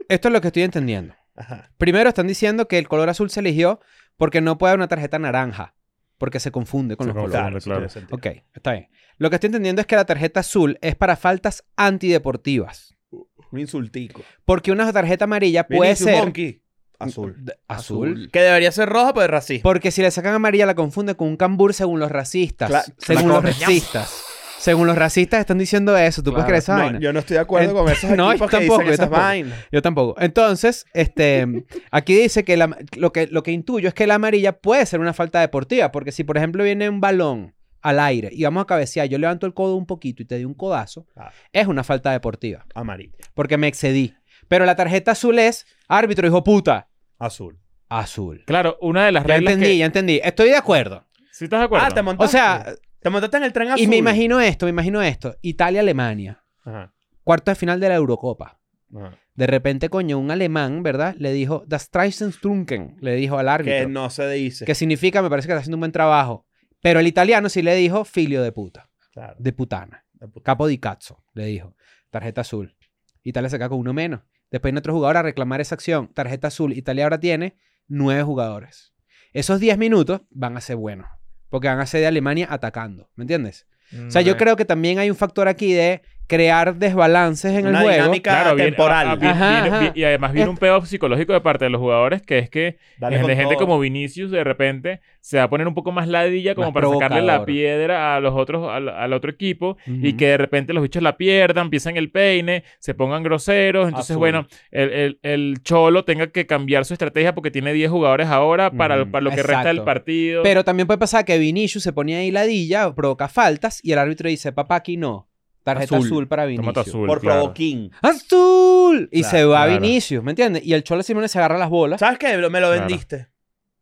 [SPEAKER 4] esto es lo que estoy entendiendo.
[SPEAKER 3] Ajá.
[SPEAKER 4] Primero están diciendo que el color azul se eligió porque no puede haber una tarjeta naranja. Porque se confunde con
[SPEAKER 1] Se
[SPEAKER 4] los
[SPEAKER 1] confunde.
[SPEAKER 4] colores.
[SPEAKER 3] Claro,
[SPEAKER 1] claro.
[SPEAKER 3] claro.
[SPEAKER 4] Ok, está bien. Lo que estoy entendiendo es que la tarjeta azul es para faltas antideportivas.
[SPEAKER 3] Un insultico.
[SPEAKER 4] Porque una tarjeta amarilla
[SPEAKER 3] Mira,
[SPEAKER 4] puede
[SPEAKER 3] dice un
[SPEAKER 4] ser...
[SPEAKER 3] Monkey. Azul.
[SPEAKER 4] De- Azul.
[SPEAKER 3] Que debería ser roja, pero es racismo.
[SPEAKER 4] Porque si le sacan amarilla la confunden con un cambur según los racistas.
[SPEAKER 3] Cla-
[SPEAKER 4] según
[SPEAKER 3] la
[SPEAKER 4] los
[SPEAKER 3] coñazo.
[SPEAKER 4] racistas. Según los racistas están diciendo eso. ¿Tú puedes
[SPEAKER 2] Claro.
[SPEAKER 4] creer esa
[SPEAKER 3] No,
[SPEAKER 4] vaina? Yo...
[SPEAKER 3] yo no estoy de acuerdo
[SPEAKER 4] En-
[SPEAKER 3] con esos
[SPEAKER 4] (laughs) No,
[SPEAKER 3] equipos
[SPEAKER 4] yo
[SPEAKER 3] que
[SPEAKER 4] tampoco,
[SPEAKER 3] dicen
[SPEAKER 4] yo
[SPEAKER 3] esas
[SPEAKER 4] tampoco.
[SPEAKER 3] vainas.
[SPEAKER 4] tampoco. Entonces, este, aquí dice que, la- lo que lo que intuyo es que la amarilla puede ser una falta deportiva. Porque si, por ejemplo, viene un balón al aire y vamos a cabecear, yo levanto el codo un poquito y te doy un codazo,
[SPEAKER 3] Claro.
[SPEAKER 4] es una falta deportiva.
[SPEAKER 3] Amarillo.
[SPEAKER 4] Porque me excedí. Pero la tarjeta azul es árbitro, hijo puta.
[SPEAKER 3] Azul. Ah,
[SPEAKER 4] Azul.
[SPEAKER 1] Claro, una de las
[SPEAKER 4] Ya
[SPEAKER 1] reglas
[SPEAKER 4] entendí,
[SPEAKER 1] que...
[SPEAKER 4] ya entendí. Estoy de acuerdo.
[SPEAKER 1] ¿Sí estás de acuerdo?
[SPEAKER 3] Ah, te montaste.
[SPEAKER 4] O sea,
[SPEAKER 3] te montaste en el tren azul.
[SPEAKER 4] y me imagino esto, me imagino esto. Italia-Alemania.
[SPEAKER 3] Ajá,
[SPEAKER 4] cuarto de final de la Eurocopa.
[SPEAKER 3] ajá.
[SPEAKER 4] De repente, coño, un alemán, ¿verdad? Le dijo, Das Trunken, le dijo al
[SPEAKER 3] Que
[SPEAKER 4] árbitro.
[SPEAKER 3] no se dice.
[SPEAKER 4] Que significa, me parece que está haciendo un buen trabajo. Pero el italiano sí le dijo, filio de puta,
[SPEAKER 3] Claro.
[SPEAKER 4] de putana,
[SPEAKER 3] de puta.
[SPEAKER 4] capo di cazzo, le dijo. Tarjeta azul. Italia se queda con uno menos. Después viene otro jugador a reclamar esa acción. Tarjeta azul. Italia ahora tiene nueve jugadores. Esos diez minutos van a ser buenos. Porque van a ser de Alemania atacando. ¿Me entiendes?
[SPEAKER 2] Mm,
[SPEAKER 4] O sea,
[SPEAKER 2] eh.
[SPEAKER 4] yo creo que también hay un factor aquí de crear desbalances en
[SPEAKER 3] Una
[SPEAKER 4] el juego.
[SPEAKER 3] dinámica
[SPEAKER 1] viene-
[SPEAKER 3] temporal.
[SPEAKER 1] ah, viene-
[SPEAKER 4] Ajá,
[SPEAKER 1] viene-
[SPEAKER 4] ajá.
[SPEAKER 1] vi- y además viene
[SPEAKER 4] Esto-
[SPEAKER 1] un pedo psicológico de parte de los jugadores que es que
[SPEAKER 3] Dale
[SPEAKER 1] de
[SPEAKER 3] con
[SPEAKER 1] gente
[SPEAKER 3] todo.
[SPEAKER 1] como Vinicius de repente se va a poner un poco más ladilla como
[SPEAKER 4] Más
[SPEAKER 1] para sacarle la
[SPEAKER 4] provocador.
[SPEAKER 1] piedra a los otros al, al otro equipo y
[SPEAKER 4] Ujú.
[SPEAKER 1] que de repente los bichos la pierdan, piensen el peine, se pongan groseros. Entonces,
[SPEAKER 4] Azul.
[SPEAKER 1] bueno, el, el- el Cholo tenga que cambiar su estrategia porque tiene 10 jugadores ahora para,
[SPEAKER 4] Ujú.
[SPEAKER 1] para lo que resta del
[SPEAKER 4] Exacto.
[SPEAKER 1] partido.
[SPEAKER 4] Pero también puede pasar que Vinicius se ponía ahí ladilla, provoca faltas y el árbitro dice, papá, aquí no. Tarjeta
[SPEAKER 2] Azul.
[SPEAKER 4] azul, para
[SPEAKER 1] Toma
[SPEAKER 4] Vinicius.
[SPEAKER 1] tu azul,
[SPEAKER 3] Por
[SPEAKER 1] claro.
[SPEAKER 3] provoquín.
[SPEAKER 4] ¡Azul! Y
[SPEAKER 3] Claro,
[SPEAKER 4] se va
[SPEAKER 1] claro.
[SPEAKER 4] Vinicius, ¿me entiendes? Y el Cholo Simeone se agarra las bolas.
[SPEAKER 3] ¿Sabes qué? Me lo
[SPEAKER 1] Claro.
[SPEAKER 3] vendiste.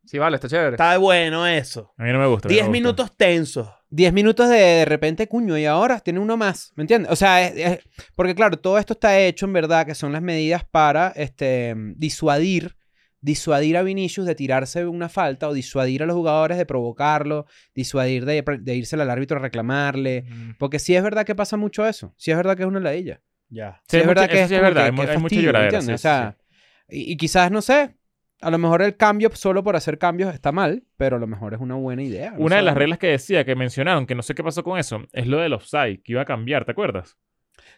[SPEAKER 2] Sí, vale, está chévere.
[SPEAKER 3] Está bueno eso.
[SPEAKER 1] A mí no me gusta. a mí no
[SPEAKER 3] Diez
[SPEAKER 1] me gusta.
[SPEAKER 3] minutos tensos.
[SPEAKER 4] Diez minutos de, de repente, cuño, y ahora tiene uno más, ¿me entiendes? O sea, es- es- porque claro, todo esto está hecho en verdad, que son las medidas para este, disuadir, disuadir a Vinicius de tirarse una falta o disuadir a los jugadores de provocarlo, disuadir de, de irse al árbitro a reclamarle.
[SPEAKER 2] Mm.
[SPEAKER 4] Porque sí es verdad que pasa mucho eso, sí es verdad que es una ladilla.
[SPEAKER 3] Ya.
[SPEAKER 1] Sí,
[SPEAKER 4] Sí,
[SPEAKER 1] hay
[SPEAKER 4] es
[SPEAKER 1] mucha-
[SPEAKER 4] verdad que
[SPEAKER 1] eso
[SPEAKER 4] es,
[SPEAKER 1] sí es
[SPEAKER 4] como
[SPEAKER 1] verdad.
[SPEAKER 4] que-
[SPEAKER 1] hay mu-
[SPEAKER 4] que es
[SPEAKER 1] hay mucha
[SPEAKER 4] fastidio, ¿me
[SPEAKER 1] lloradera.
[SPEAKER 4] entiendes?
[SPEAKER 1] sí,
[SPEAKER 4] o
[SPEAKER 1] sí,
[SPEAKER 4] sea, Y, y quizás, no sé, a lo mejor el cambio solo por hacer cambios está mal, pero a lo mejor es una buena idea. no
[SPEAKER 1] sí. Una de las
[SPEAKER 4] sabemos.
[SPEAKER 1] reglas que decía, que mencionaron, que no sé qué pasó con eso, es lo del offside, que iba a cambiar, ¿te acuerdas?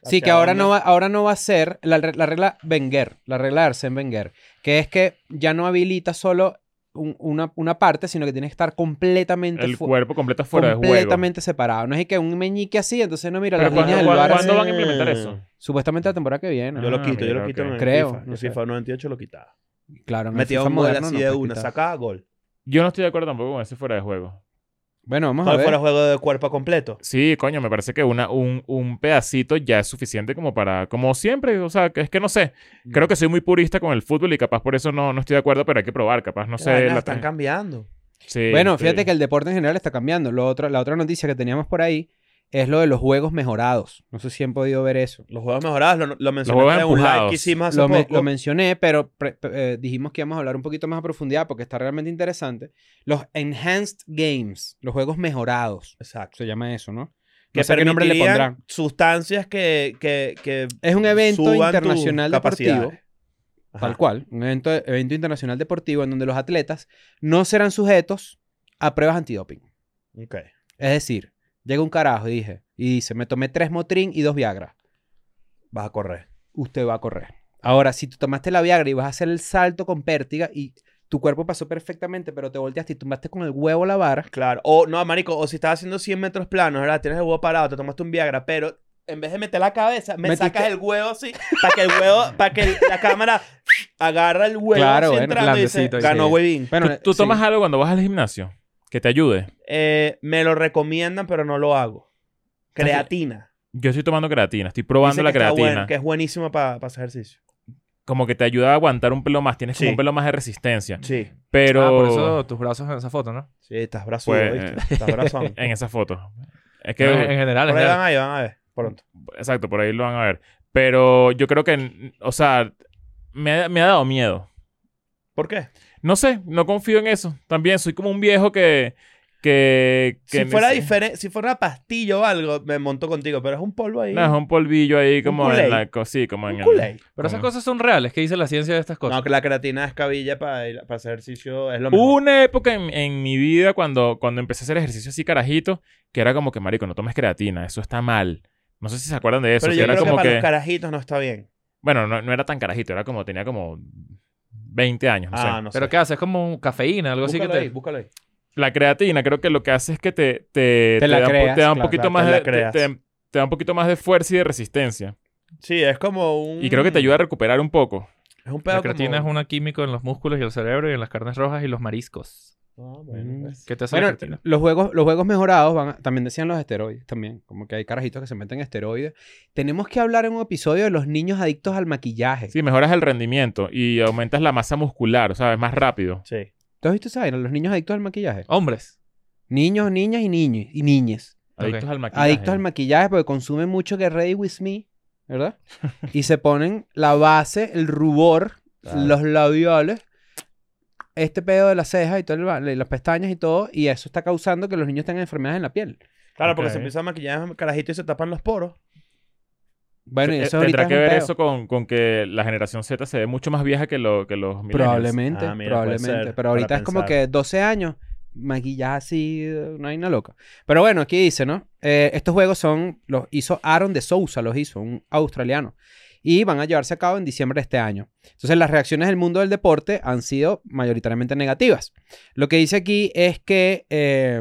[SPEAKER 4] Sí, que
[SPEAKER 3] ¿Hacia
[SPEAKER 4] ahora
[SPEAKER 3] dónde?
[SPEAKER 4] no, va, ahora no va a ser la, re- la regla Wenger, la regla de Arsène Wenger, que es que ya no habilita solo un- una, una parte, sino que tiene que estar completamente
[SPEAKER 1] El
[SPEAKER 4] fu-
[SPEAKER 1] cuerpo completo fuera de juego.
[SPEAKER 4] completamente separado. No es que un meñique así, entonces no mira
[SPEAKER 1] Pero
[SPEAKER 4] las
[SPEAKER 1] ¿cuándo,
[SPEAKER 4] líneas del
[SPEAKER 1] cuándo-
[SPEAKER 4] VAR así.
[SPEAKER 1] cuándo van a implementar eso?
[SPEAKER 4] Supuestamente la temporada que viene.
[SPEAKER 3] Yo
[SPEAKER 1] Ah,
[SPEAKER 3] lo quito, yo
[SPEAKER 1] mira,
[SPEAKER 3] lo quito
[SPEAKER 1] ok.
[SPEAKER 3] en el
[SPEAKER 4] Creo,
[SPEAKER 3] FIFA.
[SPEAKER 4] no
[SPEAKER 3] En
[SPEAKER 4] sé.
[SPEAKER 3] FIFA 98 lo quitaba.
[SPEAKER 4] Claro, en el
[SPEAKER 3] Metía
[SPEAKER 4] FIFA
[SPEAKER 3] un gol
[SPEAKER 4] moderno
[SPEAKER 3] así
[SPEAKER 4] no pues,
[SPEAKER 3] de
[SPEAKER 4] puedes
[SPEAKER 3] una,
[SPEAKER 4] quitar.
[SPEAKER 3] sacaba gol.
[SPEAKER 1] Yo no estoy de acuerdo tampoco con ese fuera de juego.
[SPEAKER 4] Bueno, vamos a
[SPEAKER 3] ¿Cuál
[SPEAKER 4] ver.
[SPEAKER 3] fuera juego de cuerpo completo?
[SPEAKER 1] Sí, coño, me parece que una, un, un pedacito ya es suficiente como para, como siempre, o sea, que es que no sé, creo que soy muy purista con el fútbol y capaz por eso no, no estoy de acuerdo, pero hay que probar, capaz, no sé.
[SPEAKER 3] Las vainas
[SPEAKER 1] la-
[SPEAKER 3] Ah, están cambiando.
[SPEAKER 1] Sí,
[SPEAKER 4] Bueno,
[SPEAKER 1] sí.
[SPEAKER 4] fíjate que el deporte en general está cambiando. Lo otro, la otra noticia que teníamos por ahí es lo de los juegos mejorados. No sé si han podido ver eso.
[SPEAKER 3] Los juegos mejorados, lo, lo
[SPEAKER 1] juegos
[SPEAKER 3] mencionaste en un live
[SPEAKER 1] empujados.
[SPEAKER 3] que hicimos Ah, hace
[SPEAKER 4] Lo, me-
[SPEAKER 3] poco.
[SPEAKER 4] lo mencioné, pero pre- pre- eh, dijimos que íbamos a hablar un poquito más a profundidad porque está realmente interesante. Los Enhanced Games, los juegos mejorados.
[SPEAKER 3] Exacto.
[SPEAKER 4] Se llama eso, ¿no?
[SPEAKER 3] Que
[SPEAKER 4] No sé qué nombre le
[SPEAKER 3] permitirían
[SPEAKER 4] pondrán.
[SPEAKER 3] Sustancias que, que, que
[SPEAKER 4] Es un evento
[SPEAKER 3] suban tus
[SPEAKER 4] internacional deportivo.
[SPEAKER 3] capacidades. Ajá.
[SPEAKER 4] Tal cual, un evento, evento internacional deportivo en donde los atletas no serán sujetos a pruebas antidoping.
[SPEAKER 3] Ok.
[SPEAKER 4] Es decir, llega un carajo y dije, y dice, me tomé tres Motrin y dos Viagra.
[SPEAKER 3] Vas a correr.
[SPEAKER 4] Usted va a correr. Ahora, si tú tomaste la Viagra y vas a hacer el salto con pértiga y tu cuerpo pasó perfectamente, pero te volteaste y tumbaste con el huevo la vara,
[SPEAKER 3] Claro. O, no, marico, o si estás haciendo 100 metros planos, ¿verdad? Tienes el huevo parado, te tomaste un Viagra, pero en vez de meter la cabeza, me
[SPEAKER 4] Metiste-
[SPEAKER 3] sacas el huevo así, para que el huevo, para que el- la cámara agarra el huevo
[SPEAKER 4] Claro,
[SPEAKER 3] así
[SPEAKER 4] bueno,
[SPEAKER 3] entrando y dice,
[SPEAKER 2] glandecito ahí,
[SPEAKER 3] ganó
[SPEAKER 4] sí.
[SPEAKER 3] huevín.
[SPEAKER 1] ¿Tú,
[SPEAKER 4] Bueno,
[SPEAKER 1] tú
[SPEAKER 4] sí.
[SPEAKER 1] tomas algo cuando vas al gimnasio que te ayude.
[SPEAKER 3] Eh, me lo recomiendan, pero no lo hago. Creatina.
[SPEAKER 1] Yo estoy tomando creatina, estoy probando
[SPEAKER 3] Dicen
[SPEAKER 1] la
[SPEAKER 3] que está
[SPEAKER 1] creatina.
[SPEAKER 3] bueno, que es buenísima para hacer ejercicio.
[SPEAKER 1] Como que te ayuda a aguantar un pelo más, tienes
[SPEAKER 3] Sí.
[SPEAKER 1] como un pelo más de resistencia.
[SPEAKER 3] Sí.
[SPEAKER 1] Pero
[SPEAKER 2] Ah, por eso tus brazos en esa foto, ¿no?
[SPEAKER 3] Sí, estás brazudo,
[SPEAKER 1] Pues,
[SPEAKER 3] ¿viste? Estás brazón.
[SPEAKER 1] (laughs) en esa foto. Es
[SPEAKER 2] No, en, en
[SPEAKER 1] que
[SPEAKER 2] general, en
[SPEAKER 3] Por ahí van
[SPEAKER 2] general.
[SPEAKER 3] a ver, van a ver. Pronto.
[SPEAKER 1] exacto, por ahí lo van a ver. Pero yo creo que, o sea, me ha- me ha dado miedo.
[SPEAKER 3] ¿Por qué?
[SPEAKER 1] No sé, no confío en eso. También soy como un viejo que. que, que
[SPEAKER 3] Si fuera,
[SPEAKER 1] nece-
[SPEAKER 3] diferente, si fuera pastillo o algo, me monto contigo, pero es un polvo ahí.
[SPEAKER 1] No, es un polvillo ahí como en
[SPEAKER 3] Kool-Aid.
[SPEAKER 1] la. co- Sí, como en
[SPEAKER 3] un
[SPEAKER 1] el.
[SPEAKER 3] Kool-Aid.
[SPEAKER 2] Pero esas
[SPEAKER 1] ¿Cómo?
[SPEAKER 2] cosas son reales. ¿Qué dice la ciencia de estas cosas?
[SPEAKER 3] No, que la creatina es cabilla para, ir- para hacer ejercicio es lo
[SPEAKER 1] Hubo
[SPEAKER 3] mejor.
[SPEAKER 1] una época en, en mi vida cuando, cuando empecé a hacer ejercicio así carajito, que era como que, marico, no tomes creatina, eso está mal. No sé si se acuerdan de eso.
[SPEAKER 3] Pero
[SPEAKER 1] que
[SPEAKER 3] yo
[SPEAKER 1] era
[SPEAKER 3] creo que
[SPEAKER 1] como
[SPEAKER 3] para
[SPEAKER 1] que,
[SPEAKER 3] los carajitos no está bien.
[SPEAKER 1] Bueno, no, no era tan carajito, era como, tenía como 20 años, no sé.
[SPEAKER 3] Ah, no sé.
[SPEAKER 2] ¿Pero qué pues, hace? ¿Es como cafeína? Algo así que
[SPEAKER 3] Búscalo
[SPEAKER 2] te...
[SPEAKER 3] ahí, búscalo ahí.
[SPEAKER 1] La creatina creo que lo que hace es que te, te,
[SPEAKER 4] Te la
[SPEAKER 1] da, un po-
[SPEAKER 4] creas,
[SPEAKER 1] te da un
[SPEAKER 4] claro,
[SPEAKER 1] poquito
[SPEAKER 3] claro,
[SPEAKER 1] más
[SPEAKER 3] te
[SPEAKER 1] de,
[SPEAKER 3] la
[SPEAKER 1] te,
[SPEAKER 3] creas.
[SPEAKER 1] te- te da un poquito más de fuerza y de resistencia.
[SPEAKER 3] Sí, es como un...
[SPEAKER 1] Y creo que te ayuda a recuperar un poco.
[SPEAKER 3] Es un pedo
[SPEAKER 2] La creatina es una químico en los músculos y el cerebro y en las carnes rojas y los mariscos.
[SPEAKER 3] Ah, bueno, pues.
[SPEAKER 2] ¿Qué te hace
[SPEAKER 4] Bueno,
[SPEAKER 2] la creatina?
[SPEAKER 4] los juegos, los juegos mejorados van a- también decían los esteroides también, como que hay carajitos que se meten esteroides. Tenemos que hablar en un episodio de los niños adictos al maquillaje.
[SPEAKER 1] Sí, mejoras el rendimiento y aumentas la masa muscular, ¿sabes? Más rápido.
[SPEAKER 3] Sí.
[SPEAKER 4] ¿Tú has visto esa vaina? Los niños adictos al maquillaje.
[SPEAKER 3] Oh.
[SPEAKER 2] Hombres.
[SPEAKER 4] Niños, niñas y niños y niñas.
[SPEAKER 1] Adictos
[SPEAKER 2] Ok.
[SPEAKER 1] al maquillaje.
[SPEAKER 4] Adictos al maquillaje porque consumen mucho que Ready With Me, ¿verdad? (laughs) y se ponen la base, el rubor,
[SPEAKER 3] Claro.
[SPEAKER 4] los labiales, este pedo de las cejas y todo el va- y las pestañas y todo, y eso está causando que los niños tengan enfermedades en la piel.
[SPEAKER 3] Claro, porque
[SPEAKER 1] Ok.
[SPEAKER 3] se empieza a maquillar carajitos y se tapan los poros.
[SPEAKER 4] Bueno, y
[SPEAKER 1] Eh,
[SPEAKER 4] eso ahorita
[SPEAKER 1] Tendrá
[SPEAKER 4] es
[SPEAKER 1] que
[SPEAKER 4] un
[SPEAKER 1] ver
[SPEAKER 4] pedo.
[SPEAKER 1] eso con, con que la generación Z se ve mucho más vieja que, lo, que los millennials.
[SPEAKER 4] Probablemente,
[SPEAKER 3] Ah, mira, puede
[SPEAKER 4] probablemente.
[SPEAKER 3] ser,
[SPEAKER 4] Pero ahorita
[SPEAKER 3] para
[SPEAKER 4] es como que
[SPEAKER 3] pensar.
[SPEAKER 4] 12 años, maquillaje así, una vaina loca. Pero bueno, aquí dice, ¿no? Eh, estos juegos son, los hizo Aaron de Sousa, los hizo, un australiano. Y van a llevarse a cabo en diciembre de este año. Entonces, las reacciones del mundo del deporte han sido mayoritariamente negativas. Lo que dice aquí es que eh,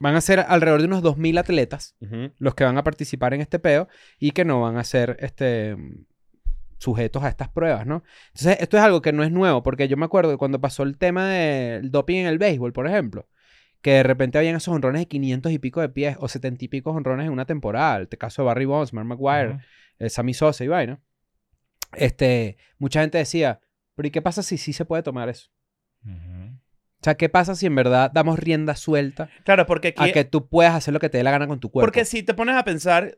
[SPEAKER 4] van a ser alrededor de unos 2.000 atletas
[SPEAKER 3] Ujú.
[SPEAKER 4] los que van a participar en este peo y que no van a ser este, sujetos a estas pruebas, ¿no? Entonces, esto es algo que no es nuevo, porque yo me acuerdo que cuando pasó el tema del doping en el béisbol, por ejemplo, que de repente habían esos honrones de 500 y pico de pies o 70 y pico honrones en una temporada, el caso de Barry Bonds, Mark McGuire,
[SPEAKER 1] Ujú.
[SPEAKER 4] eh, Sammy Sosa y vaina. Este, mucha gente decía, pero ¿y qué pasa si sí se puede tomar eso?
[SPEAKER 1] Ujú.
[SPEAKER 4] O sea, ¿qué pasa si en verdad damos rienda suelta
[SPEAKER 3] Claro, porque aquí.
[SPEAKER 4] a que tú puedas hacer lo que te dé la gana con tu cuerpo?
[SPEAKER 3] Porque si te pones a pensar,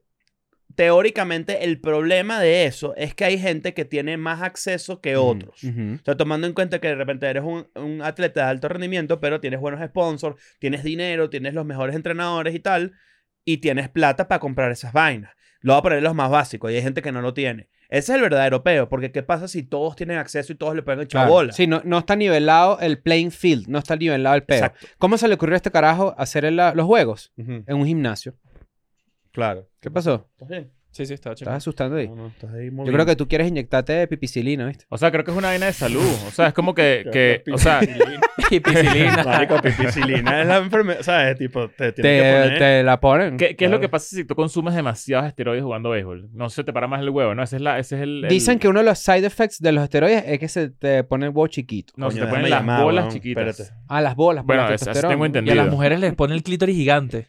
[SPEAKER 3] teóricamente el problema de eso es que hay gente que tiene más acceso que
[SPEAKER 4] Ujú,
[SPEAKER 3] otros.
[SPEAKER 4] ujú.
[SPEAKER 3] O sea, tomando en cuenta que de repente eres un, un atleta de alto rendimiento, pero tienes buenos sponsors, tienes dinero, tienes los mejores entrenadores y tal, y tienes plata para comprar esas vainas. Lo voy a poner los más básicos y hay gente que no lo tiene. Ese es el verdadero peo, porque ¿qué pasa si todos tienen acceso y todos le pegan echar
[SPEAKER 4] Claro.
[SPEAKER 3] bola?
[SPEAKER 4] Sí, no, no está nivelado el playing field, no está nivelado el peo.
[SPEAKER 3] Exacto.
[SPEAKER 4] ¿Cómo se le ocurrió a este carajo hacer el- la- los juegos
[SPEAKER 3] Ujú.
[SPEAKER 4] en un gimnasio?
[SPEAKER 3] Claro.
[SPEAKER 4] ¿Qué pasó?
[SPEAKER 3] ¿Estás bien?
[SPEAKER 2] Sí, sí, estaba
[SPEAKER 4] Estás
[SPEAKER 2] chingón.
[SPEAKER 4] asustando ahí.
[SPEAKER 3] No, no, estás ahí
[SPEAKER 4] Yo creo que tú quieres inyectarte pipicilina, ¿viste?
[SPEAKER 1] O sea, creo que es una vaina de salud. O sea, es como que, que o sea,
[SPEAKER 3] (laughs)
[SPEAKER 2] Picilina.
[SPEAKER 3] Marico, pipicilina es la enfermedad. O sea, es tipo, te
[SPEAKER 4] Te,
[SPEAKER 3] tienes que poner.
[SPEAKER 4] te la ponen.
[SPEAKER 1] ¿qué, qué es lo que
[SPEAKER 3] Claro.
[SPEAKER 1] pasa si tú consumes demasiados esteroides jugando béisbol? No se te para más el huevo, ¿no? Ese es, la, ese es el, el-
[SPEAKER 4] Dicen que uno de los side effects de los esteroides es que se te pone el huevo chiquito.
[SPEAKER 1] No, se
[SPEAKER 3] Coño,
[SPEAKER 1] te ponen
[SPEAKER 3] déjame
[SPEAKER 1] las
[SPEAKER 3] llamar,
[SPEAKER 1] bolas
[SPEAKER 3] weón.
[SPEAKER 1] chiquitas.
[SPEAKER 3] Espérate.
[SPEAKER 4] Ah, las bolas. por
[SPEAKER 1] Bueno,
[SPEAKER 4] la
[SPEAKER 1] eso- eso
[SPEAKER 4] testosterona,
[SPEAKER 1] tengo
[SPEAKER 2] Y
[SPEAKER 4] ¿no?
[SPEAKER 2] a
[SPEAKER 1] entendido.
[SPEAKER 2] las mujeres les pone el clítoris gigante.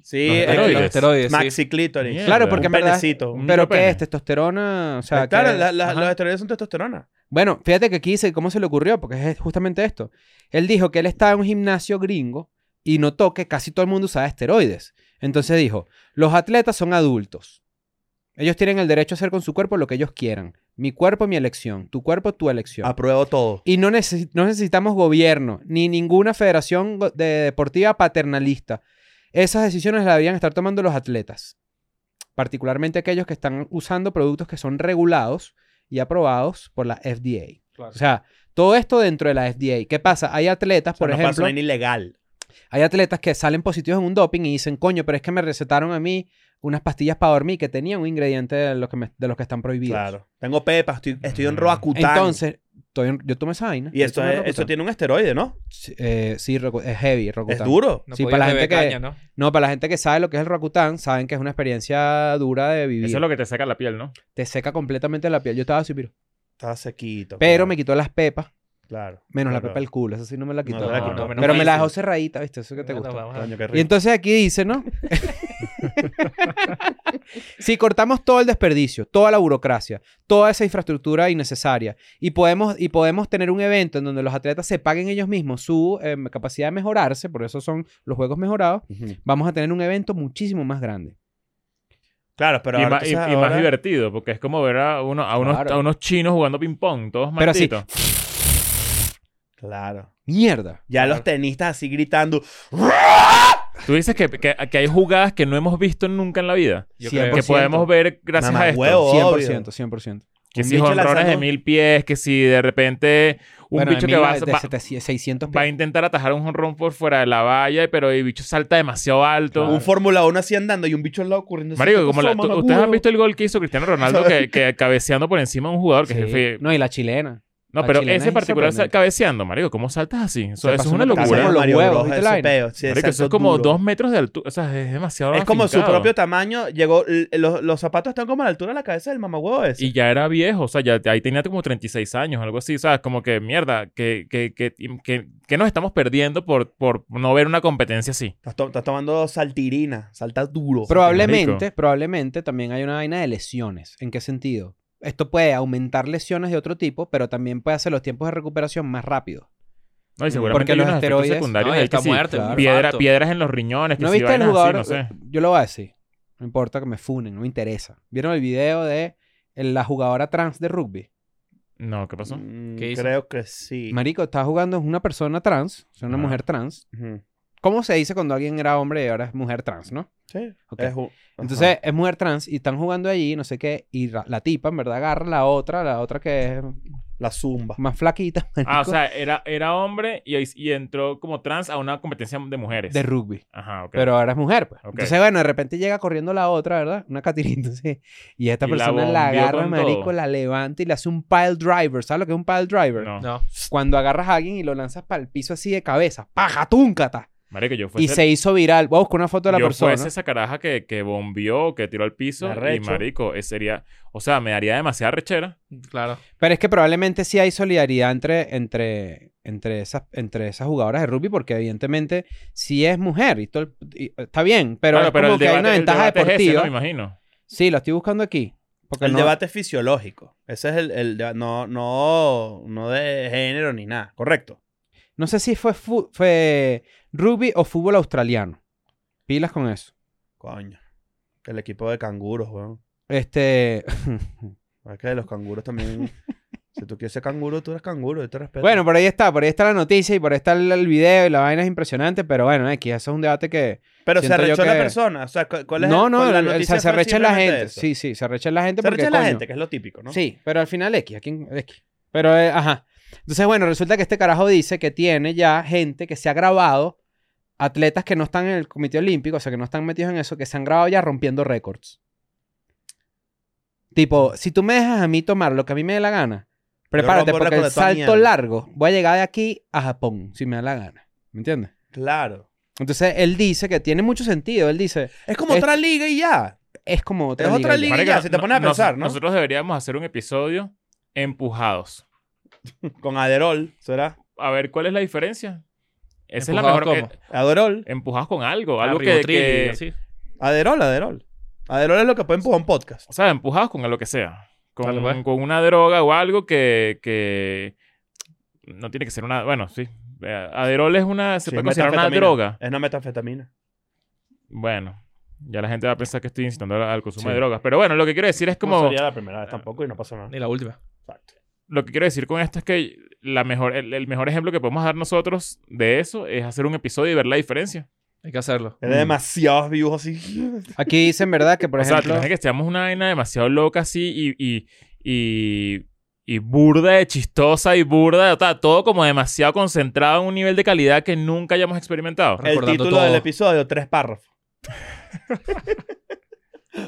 [SPEAKER 3] Sí,
[SPEAKER 1] Los
[SPEAKER 3] eh,
[SPEAKER 1] esteroides.
[SPEAKER 2] Los esteroides, sí.
[SPEAKER 3] Maxi clítoris.
[SPEAKER 1] Mierda.
[SPEAKER 4] Claro, porque
[SPEAKER 3] un
[SPEAKER 4] en verdad-
[SPEAKER 3] penecito.
[SPEAKER 1] Un
[SPEAKER 4] Pero
[SPEAKER 1] pene.
[SPEAKER 4] ¿qué es? ¿Testosterona? O sea,
[SPEAKER 3] Eh, claro,
[SPEAKER 4] ¿qué-
[SPEAKER 3] la- la-
[SPEAKER 4] Ajá.
[SPEAKER 3] los esteroides son testosterona.
[SPEAKER 4] Bueno, fíjate que aquí dice cómo se le ocurrió, porque es justamente esto. Él dijo que él estaba en un gimnasio gringo y notó que casi todo el mundo usaba esteroides. Entonces dijo, los atletas son adultos. Ellos tienen el derecho a hacer con su cuerpo lo que ellos quieran. Mi cuerpo, mi elección. Tu cuerpo, tu elección.
[SPEAKER 3] Apruebo todo.
[SPEAKER 4] Y no, necesi- no necesitamos gobierno ni ninguna federación go- de deportiva paternalista. Esas decisiones las deberían estar tomando los atletas, particularmente aquellos que están usando productos que son regulados y aprobados por la FDA. O sea, todo esto dentro de la FDA. ¿Qué pasa? Hay atletas, por
[SPEAKER 3] no pasa
[SPEAKER 4] ejemplo,
[SPEAKER 3] nada ilegal.
[SPEAKER 4] hay atletas que salen positivos en un doping y dicen, coño, pero es que me recetaron a mí unas pastillas para dormir que tenían un ingrediente de los que, me- de los que están prohibidos.
[SPEAKER 3] Claro. Tengo pepa, estoy, estoy en
[SPEAKER 1] Mm.
[SPEAKER 3] Roacután.
[SPEAKER 4] Entonces, estoy en- yo tomé esa vaina.
[SPEAKER 3] Y
[SPEAKER 4] yo
[SPEAKER 3] esto,
[SPEAKER 4] tomé
[SPEAKER 3] es-
[SPEAKER 4] Roaccután.
[SPEAKER 3] esto tiene un esteroide, ¿no?
[SPEAKER 4] Sí, eh, sí, Rocu- es heavy,
[SPEAKER 3] Es
[SPEAKER 4] Rocutan.
[SPEAKER 3] duro.
[SPEAKER 2] No
[SPEAKER 4] Sí,
[SPEAKER 2] podías
[SPEAKER 4] para la
[SPEAKER 2] beber
[SPEAKER 4] gente que-
[SPEAKER 2] caña, ¿no?
[SPEAKER 4] No, para la gente que sabe lo que es el Rocutan, saben que es una experiencia dura de vivir.
[SPEAKER 1] Eso es lo que te saca la piel, ¿no?
[SPEAKER 4] Te seca completamente la piel. Yo estaba así, pero,
[SPEAKER 3] Está sequito.
[SPEAKER 4] pero me quitó las pepas,
[SPEAKER 3] Claro.
[SPEAKER 4] menos la
[SPEAKER 3] Claro.
[SPEAKER 4] pepa del culo. Eso sí no me la quitó.
[SPEAKER 3] No,
[SPEAKER 2] No, no, menos
[SPEAKER 4] pero
[SPEAKER 2] mal.
[SPEAKER 4] me la dejó cerradita, ¿viste? Eso que te
[SPEAKER 2] No,
[SPEAKER 4] gusta.
[SPEAKER 2] vamos a-
[SPEAKER 3] Coño, qué
[SPEAKER 4] Y
[SPEAKER 3] rico.
[SPEAKER 4] entonces aquí dice, ¿no? si cortamos todo el desperdicio, toda la burocracia, toda esa infraestructura innecesaria y podemos, y podemos tener un evento en donde los atletas se paguen ellos mismos su eh, capacidad de mejorarse, por eso son los juegos mejorados,
[SPEAKER 3] Ujú.
[SPEAKER 4] vamos a tener un evento muchísimo más grande.
[SPEAKER 3] Claro, pero
[SPEAKER 1] y,
[SPEAKER 3] ahora,
[SPEAKER 1] ma-
[SPEAKER 3] tú
[SPEAKER 1] y-
[SPEAKER 3] sabes,
[SPEAKER 1] y más
[SPEAKER 3] ahora-
[SPEAKER 1] divertido, porque es como ver a, uno, a, unos,
[SPEAKER 4] Claro.
[SPEAKER 1] a unos chinos jugando ping-pong, todos
[SPEAKER 4] Pero así-
[SPEAKER 1] malditos.
[SPEAKER 3] Claro.
[SPEAKER 4] Mierda.
[SPEAKER 3] Ya
[SPEAKER 2] Claro.
[SPEAKER 3] los tenistas así gritando.
[SPEAKER 1] Tú dices que, que- que hay jugadas que no hemos visto nunca en la vida,
[SPEAKER 2] Yo
[SPEAKER 4] Siempre.
[SPEAKER 2] creo
[SPEAKER 1] que
[SPEAKER 2] que
[SPEAKER 4] 100%.
[SPEAKER 1] podemos ver gracias
[SPEAKER 3] Mamá
[SPEAKER 1] a esto.
[SPEAKER 3] huevo.
[SPEAKER 4] 100%, 100%.
[SPEAKER 1] Que
[SPEAKER 3] Un
[SPEAKER 1] si
[SPEAKER 3] bicho
[SPEAKER 1] jonrones de
[SPEAKER 3] lanzando-
[SPEAKER 1] mil pies, que si de repente un
[SPEAKER 4] Bueno,
[SPEAKER 1] bicho
[SPEAKER 4] de
[SPEAKER 1] que va,
[SPEAKER 4] mil- de
[SPEAKER 1] va-
[SPEAKER 4] 700, 600
[SPEAKER 1] va a
[SPEAKER 4] pies.
[SPEAKER 1] intentar atajar un jonrón por fuera de la valla, pero el bicho salta demasiado alto.
[SPEAKER 3] un Fórmula 1 así andando y un bicho al lado corriendo. así,
[SPEAKER 1] Marico,
[SPEAKER 3] ¿qué
[SPEAKER 1] como la-
[SPEAKER 3] pasó,
[SPEAKER 1] tú-
[SPEAKER 3] mamá
[SPEAKER 1] ustedes han
[SPEAKER 3] huevo?
[SPEAKER 1] visto el gol que hizo Cristiano Ronaldo que,
[SPEAKER 3] (laughs)
[SPEAKER 1] que cabeceando por encima de un jugador que
[SPEAKER 4] Sí.
[SPEAKER 1] es el-
[SPEAKER 4] No, y la chilena.
[SPEAKER 1] No,
[SPEAKER 4] La
[SPEAKER 1] pero
[SPEAKER 4] chilena
[SPEAKER 1] ese
[SPEAKER 4] es
[SPEAKER 1] particular
[SPEAKER 4] sorprendente.
[SPEAKER 1] cabeceando, marico, ¿cómo saltas así? Eso,
[SPEAKER 4] Se
[SPEAKER 1] eso es
[SPEAKER 4] pasó
[SPEAKER 1] una
[SPEAKER 4] una
[SPEAKER 3] Está
[SPEAKER 4] Seguro.
[SPEAKER 1] locura.
[SPEAKER 3] como Mario
[SPEAKER 4] Los huevos,
[SPEAKER 3] Bros,
[SPEAKER 4] ¿viste
[SPEAKER 3] ese
[SPEAKER 4] la vaina?
[SPEAKER 3] peo, sí,
[SPEAKER 1] Marico, eso es
[SPEAKER 3] salto
[SPEAKER 1] como
[SPEAKER 3] duro.
[SPEAKER 1] dos metros de altura. O sea, es demasiado
[SPEAKER 3] Es como su
[SPEAKER 1] afincado.
[SPEAKER 3] propio tamaño. Llegó, l- los, los zapatos están como a la altura de la cabeza del mamagüevo ese.
[SPEAKER 1] Y ya era viejo, o sea, ya ahí tenía como 36 años, algo así, ¿sabes? Como que mierda, que, que, que, que, que nos estamos perdiendo por, por no ver una competencia así.
[SPEAKER 3] Estás, to- estás tomando saltirina, saltas duro.
[SPEAKER 4] Probablemente, probablemente también hay una vaina de lesiones. ¿En qué sentido? Esto puede aumentar lesiones de otro tipo, pero también puede hacer los tiempos de recuperación más rápidos.
[SPEAKER 1] No, y seguramente
[SPEAKER 4] Porque
[SPEAKER 1] hay
[SPEAKER 4] los
[SPEAKER 1] unos efectos
[SPEAKER 4] esteroides-
[SPEAKER 1] secundarios
[SPEAKER 2] No,
[SPEAKER 1] ahí
[SPEAKER 2] y hasta
[SPEAKER 1] que sí,
[SPEAKER 2] muerte,
[SPEAKER 4] claro.
[SPEAKER 2] un
[SPEAKER 1] piedra-
[SPEAKER 2] infarto.
[SPEAKER 1] piedras en los riñones, que
[SPEAKER 4] ¿No
[SPEAKER 1] sí,
[SPEAKER 4] viste el
[SPEAKER 1] vainas así,
[SPEAKER 4] jugador? eh?
[SPEAKER 1] no sé.
[SPEAKER 4] Yo lo voy a decir. No importa que me funen, no me interesa. ¿Vieron el video de la jugadora trans de rugby?
[SPEAKER 1] No, ¿qué
[SPEAKER 4] (laughs)
[SPEAKER 1] pasó?
[SPEAKER 3] Mm,
[SPEAKER 2] ¿Qué hizo?
[SPEAKER 3] creo que sí.
[SPEAKER 4] Marico, está jugando es una persona trans, o sea, una
[SPEAKER 1] Ajá.
[SPEAKER 4] mujer trans.
[SPEAKER 3] Ujú.
[SPEAKER 4] ¿Cómo se dice cuando alguien era hombre y ahora es mujer trans, no?
[SPEAKER 3] Sí.
[SPEAKER 4] Ok.
[SPEAKER 3] es un-
[SPEAKER 4] Entonces
[SPEAKER 3] ajá.
[SPEAKER 4] es mujer trans y están jugando allí, no sé qué, y ra- la tipa en verdad agarra la otra, la otra que es
[SPEAKER 3] La zumba.
[SPEAKER 4] Más flaquita, (laughs)
[SPEAKER 1] Ah, o
[SPEAKER 4] marico,
[SPEAKER 1] sea, era, era hombre y, y entró como trans a una competencia de mujeres.
[SPEAKER 4] de rugby.
[SPEAKER 1] Ajá, ok.
[SPEAKER 4] Pero ahora es mujer, pues.
[SPEAKER 1] Ok.
[SPEAKER 4] Entonces, bueno, de repente llega corriendo la otra, ¿verdad? Una catirita, (laughs) sí. Y esta
[SPEAKER 1] Y la
[SPEAKER 4] persona la,
[SPEAKER 1] bombeó
[SPEAKER 4] agarra,
[SPEAKER 1] con
[SPEAKER 4] marico,
[SPEAKER 1] todo.
[SPEAKER 4] la levanta y le hace un pile driver. ¿Sabes lo que es un pile driver?
[SPEAKER 1] no.
[SPEAKER 2] No.
[SPEAKER 4] Cuando agarras a alguien y lo lanzas para el piso así de cabeza. ¡Paja, túncata!
[SPEAKER 1] Marico, yo fuese,
[SPEAKER 4] Y se hizo viral. Voy a buscar una foto de la
[SPEAKER 1] yo
[SPEAKER 4] persona.
[SPEAKER 1] fuese esa caraja que, que bombió, que tiró al piso. Y
[SPEAKER 3] Arrecho.
[SPEAKER 1] marico, eh, sería... O sea, me daría demasiada rechera.
[SPEAKER 2] Claro.
[SPEAKER 4] Pero es que probablemente sí hay solidaridad entre, entre, entre, esas, entre esas jugadoras de rugby, porque evidentemente sí es mujer y, todo el- y- eh, está bien, pero,
[SPEAKER 1] Claro,
[SPEAKER 4] es como que hay una
[SPEAKER 1] el
[SPEAKER 4] ventaja
[SPEAKER 1] debate es ese,
[SPEAKER 4] deportiva.
[SPEAKER 1] ¿no? Me imagino.
[SPEAKER 4] Sí, lo estoy buscando aquí. Porque
[SPEAKER 3] el
[SPEAKER 4] no-
[SPEAKER 3] debate es fisiológico. Ese es el, el deba- no, no, no de género ni nada. Correcto.
[SPEAKER 4] No sé si fue, fu- fue rugby o fútbol australiano. Pilas con eso.
[SPEAKER 3] Coño. El equipo de canguros, weón.
[SPEAKER 4] Este. (laughs)
[SPEAKER 3] Es que los canguros también. si tú quieres ser canguro, tú eres canguro. Yo te respeto.
[SPEAKER 4] bueno, por ahí está, por ahí está la noticia y por ahí está el, el video y la vaina es impresionante, pero bueno, X, eso es un debate que.
[SPEAKER 3] pero se
[SPEAKER 4] siento yo
[SPEAKER 3] arrechó la
[SPEAKER 4] que-
[SPEAKER 3] persona. O sea, ¿cu- ¿cuál es
[SPEAKER 4] no,
[SPEAKER 3] el-
[SPEAKER 4] no,
[SPEAKER 3] cuál- la
[SPEAKER 4] el- el-
[SPEAKER 3] noticia
[SPEAKER 4] se, se
[SPEAKER 3] fue
[SPEAKER 4] arrecha la
[SPEAKER 3] simplemente
[SPEAKER 4] gente.
[SPEAKER 3] eso?
[SPEAKER 4] Sí, sí, se arrecha la gente
[SPEAKER 3] Se
[SPEAKER 4] porque.
[SPEAKER 3] arrecha la
[SPEAKER 4] coño,
[SPEAKER 3] gente, que es lo típico, ¿no?
[SPEAKER 4] Sí, pero al final X, aquí X. Pero, eh, ajá. Entonces, bueno, resulta que este carajo dice que tiene ya gente que se ha grabado, atletas que no están en el Comité Olímpico, o sea, que no están metidos en eso, que se han grabado ya rompiendo récords. Tipo, si tú me dejas a mí tomar lo que a mí me dé la gana, prepárate
[SPEAKER 3] rompo
[SPEAKER 4] porque
[SPEAKER 3] récord
[SPEAKER 4] el
[SPEAKER 3] de toda
[SPEAKER 4] salto
[SPEAKER 3] mierda.
[SPEAKER 4] largo voy a llegar de aquí a Japón, si me da la gana. ¿Me entiendes?
[SPEAKER 3] Claro.
[SPEAKER 4] Entonces, él dice que tiene mucho sentido. Él dice,
[SPEAKER 3] Es como
[SPEAKER 4] Es-
[SPEAKER 3] otra liga y ya.
[SPEAKER 4] es como otra
[SPEAKER 3] Es
[SPEAKER 4] liga
[SPEAKER 3] otra
[SPEAKER 4] ya.
[SPEAKER 3] liga. Y ya, si te pones a pensar, ¿no?
[SPEAKER 1] Nosotros deberíamos hacer un episodio empujados.
[SPEAKER 3] Con Aderol, ¿será?
[SPEAKER 1] A ver, ¿cuál es la diferencia? Esa
[SPEAKER 2] ¿Empujados
[SPEAKER 1] es la mejor.
[SPEAKER 2] cómo?
[SPEAKER 1] que-
[SPEAKER 3] Aderol.
[SPEAKER 1] empujados con algo.
[SPEAKER 2] Ah,
[SPEAKER 1] Algo que,
[SPEAKER 2] ribotril y
[SPEAKER 1] que-
[SPEAKER 2] así.
[SPEAKER 3] Aderol, Aderol. Aderol es lo que puede empujar un podcast.
[SPEAKER 1] O sea, empujados con lo que sea.
[SPEAKER 2] Dale,
[SPEAKER 1] Con,
[SPEAKER 2] pues.
[SPEAKER 1] con una droga o algo que, que No tiene que ser una. Bueno, sí. Eh, Aderol es una. Se
[SPEAKER 3] Sí,
[SPEAKER 1] puede considerar una
[SPEAKER 3] metanfetamina.
[SPEAKER 1] droga.
[SPEAKER 3] Es una metanfetamina.
[SPEAKER 1] Bueno, ya la gente va a pensar que estoy incitando al, al consumo
[SPEAKER 3] Sí.
[SPEAKER 1] de drogas. Pero bueno, lo que quiero decir es
[SPEAKER 3] No
[SPEAKER 1] como.
[SPEAKER 3] sería la primera vez tampoco y no pasa nada.
[SPEAKER 2] Ni la última.
[SPEAKER 3] Exacto.
[SPEAKER 1] Lo que quiero decir con esto es que la mejor, el, el mejor ejemplo que podemos dar nosotros de eso es hacer un episodio y ver la diferencia.
[SPEAKER 2] Hay que hacerlo.
[SPEAKER 3] Tiene
[SPEAKER 4] Mm.
[SPEAKER 3] demasiados views así.
[SPEAKER 4] Aquí dicen, ¿verdad? Que por
[SPEAKER 1] o sea,
[SPEAKER 4] ejemplo.
[SPEAKER 1] tienes que seamos una vaina demasiado loca así y. y, y y burda de chistosa y burda de o sea, todo como demasiado concentrado en un nivel de calidad que nunca hayamos experimentado.
[SPEAKER 3] El
[SPEAKER 2] Recordando
[SPEAKER 3] título
[SPEAKER 2] todo.
[SPEAKER 3] del episodio, tres párrafos.
[SPEAKER 4] (laughs)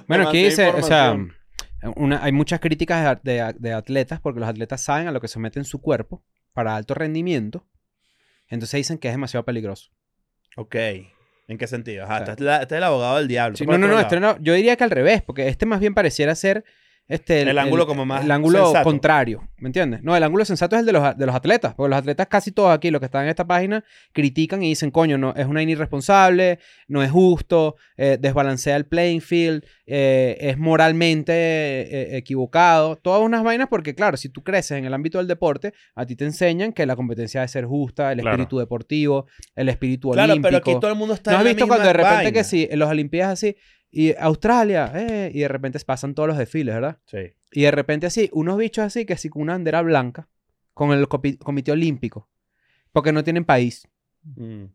[SPEAKER 4] Bueno, aquí
[SPEAKER 3] Demasiada
[SPEAKER 4] dice, o sea,
[SPEAKER 3] información.
[SPEAKER 4] una- hay muchas críticas de, at- de a- de atletas porque los atletas saben a lo que someten su cuerpo para alto rendimiento. Entonces dicen que es demasiado peligroso.
[SPEAKER 3] Ok. ¿En qué sentido? Ajá,
[SPEAKER 4] O sea,
[SPEAKER 3] este es la- este es el abogado del diablo.
[SPEAKER 4] Sí,
[SPEAKER 3] Tú
[SPEAKER 4] no,
[SPEAKER 3] por
[SPEAKER 4] no,
[SPEAKER 3] otro
[SPEAKER 4] no,
[SPEAKER 3] lado.
[SPEAKER 4] este no- Yo diría que al revés, porque este más bien pareciera ser este,
[SPEAKER 3] El ángulo como más
[SPEAKER 4] El ángulo
[SPEAKER 3] sensato.
[SPEAKER 4] contrario, ¿me entiendes? No, el ángulo sensato es el de los, a- de los atletas, porque los atletas casi todos aquí, los que están en esta página, critican y dicen, coño, no, es una vaina irresponsable, no es justo, eh, desbalancea el playing field, eh, es moralmente eh, equivocado. Todas unas vainas porque, claro, si tú creces en el ámbito del deporte, a ti te enseñan que la competencia debe ser justa, el
[SPEAKER 1] Claro.
[SPEAKER 4] espíritu deportivo, el espíritu
[SPEAKER 3] Claro,
[SPEAKER 4] olímpico.
[SPEAKER 3] pero aquí todo el mundo está
[SPEAKER 4] ¿No
[SPEAKER 3] en
[SPEAKER 4] has
[SPEAKER 3] la
[SPEAKER 4] visto
[SPEAKER 3] misma
[SPEAKER 4] cuando de repente
[SPEAKER 3] vaina?
[SPEAKER 4] que sí, en los Olimpiadas así, y Australia, eh, y de repente pasan todos los desfiles, ¿verdad?
[SPEAKER 3] Sí.
[SPEAKER 4] Y de repente así, unos bichos así, que así con una bandera blanca, con el copi- comité olímpico, porque no tienen país.
[SPEAKER 3] Mm.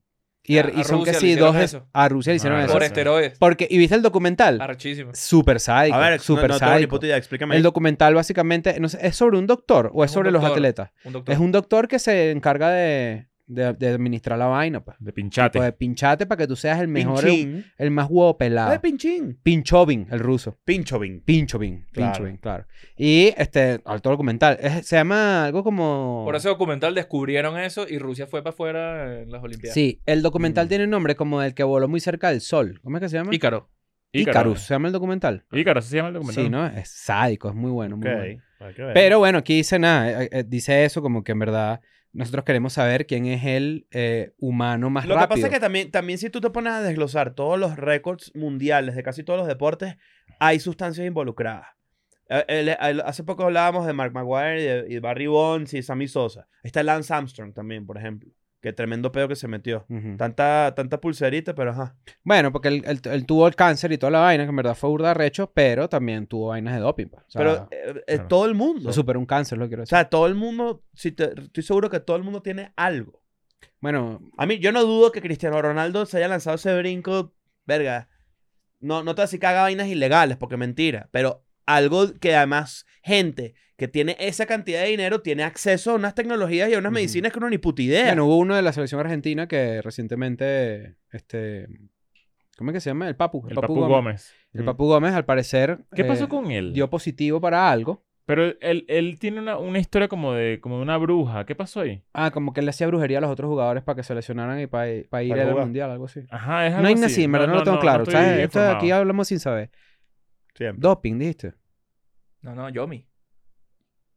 [SPEAKER 4] Y,
[SPEAKER 2] A-
[SPEAKER 4] er-
[SPEAKER 2] Ah, a
[SPEAKER 4] y son
[SPEAKER 2] Rusia
[SPEAKER 4] que
[SPEAKER 2] le
[SPEAKER 4] sí,
[SPEAKER 2] hicieron
[SPEAKER 4] dos... de-
[SPEAKER 2] eso.
[SPEAKER 4] A Rusia le hicieron
[SPEAKER 1] Ah,
[SPEAKER 4] eso.
[SPEAKER 2] Por
[SPEAKER 1] sí.
[SPEAKER 2] esteroides.
[SPEAKER 4] Porque, ¿y viste el documental?
[SPEAKER 2] Arrechísimo.
[SPEAKER 4] Super psycho,
[SPEAKER 3] A ver,
[SPEAKER 4] super
[SPEAKER 3] no, no tengo ni
[SPEAKER 4] psycho.
[SPEAKER 3] puta idea, explícame.
[SPEAKER 4] el documental básicamente, no sé, ¿es sobre un doctor o es,
[SPEAKER 2] Es un
[SPEAKER 4] sobre los
[SPEAKER 2] doctor.
[SPEAKER 4] atletas?
[SPEAKER 2] Un doctor.
[SPEAKER 4] Es un doctor que se encarga de, de- de administrar la vaina, pues.
[SPEAKER 1] De pinchate.
[SPEAKER 4] Pues pinchate para que tú seas el mejor, Ah. el,
[SPEAKER 3] Pinchín.
[SPEAKER 4] más huevo pelado.
[SPEAKER 3] Ay, pinchín.
[SPEAKER 4] Pinchovin, el ruso.
[SPEAKER 3] Pinchovin.
[SPEAKER 4] Pinchovin,
[SPEAKER 3] Claro.
[SPEAKER 4] Pinchovin, claro. Y este, alto documental. Es- se llama algo como.
[SPEAKER 2] Por ese documental descubrieron eso y Rusia fue para afuera en las Olimpiadas.
[SPEAKER 4] Sí, el documental
[SPEAKER 3] Mm.
[SPEAKER 4] tiene un nombre como el que voló muy cerca del sol. ¿Cómo es que se llama?
[SPEAKER 2] Ícaro.
[SPEAKER 4] Icarus. ¿Se llama el documental?
[SPEAKER 1] Ícaro, ¿se llama el documental?
[SPEAKER 4] Sí, ¿no? Es sádico, es muy bueno, muy bueno.
[SPEAKER 3] Ok. Hay que ver.
[SPEAKER 4] Pero bueno, aquí dice nada. eh, eh, dice eso como que en verdad nosotros queremos saber quién es el eh, humano más
[SPEAKER 3] Lo que
[SPEAKER 4] rápido.
[SPEAKER 3] pasa es que también, también si tú te pones a desglosar todos los récords mundiales de casi todos los deportes, hay sustancias involucradas. Eh, el- el- hace poco hablábamos de Mark Maguire y de, y Barry Bonds y Sammy Sosa. Ahí Está Lance Armstrong también, por ejemplo. Que tremendo pedo que se metió.
[SPEAKER 4] Ujú.
[SPEAKER 3] Tanta, tanta pulserita, pero ajá.
[SPEAKER 4] Bueno, porque él, él- él tuvo el cáncer y toda la vaina, que en verdad fue burda recho, pero también tuvo vainas de doping. pues. O sea,
[SPEAKER 3] pero eh, eh,
[SPEAKER 1] claro.
[SPEAKER 3] todo el mundo.
[SPEAKER 4] lo superó un cáncer, lo que quiero
[SPEAKER 3] O
[SPEAKER 4] decir.
[SPEAKER 3] sea, todo el mundo, si te- estoy seguro que todo el mundo tiene algo.
[SPEAKER 4] bueno,
[SPEAKER 3] A mí, yo no dudo que Cristiano Ronaldo se haya lanzado ese brinco, verga. No, no te voy a decir que haga vainas ilegales, porque mentira. Pero algo que además gente que tiene esa cantidad de dinero tiene acceso a unas tecnologías y a unas
[SPEAKER 4] Ujú.
[SPEAKER 3] medicinas que uno ni puta idea.
[SPEAKER 4] Bueno, hubo uno de la selección argentina que recientemente, este, ¿cómo es que se llama? El Papu.
[SPEAKER 1] El Papu, Gómez.
[SPEAKER 4] El Papu Gómez, al parecer,
[SPEAKER 1] ¿Qué
[SPEAKER 4] eh,
[SPEAKER 1] pasó con él?
[SPEAKER 4] dio positivo para algo.
[SPEAKER 1] Pero él, él tiene una, una historia como de, como de una bruja. ¿Qué pasó ahí?
[SPEAKER 4] Ah, como que él le hacía brujería a los otros jugadores para que se lesionaran y para, ir
[SPEAKER 3] Para
[SPEAKER 4] al
[SPEAKER 3] jugar.
[SPEAKER 4] mundial, algo así.
[SPEAKER 1] Ajá, es
[SPEAKER 4] No
[SPEAKER 1] algo
[SPEAKER 4] hay nada así,
[SPEAKER 1] así.
[SPEAKER 4] en verdad no, lo tengo claro.
[SPEAKER 1] estoy
[SPEAKER 4] ¿Sabes? Esto de aquí
[SPEAKER 1] informado.
[SPEAKER 4] hablamos sin saber.
[SPEAKER 3] Siempre.
[SPEAKER 4] Doping, dijiste.
[SPEAKER 2] No, no, Yomi.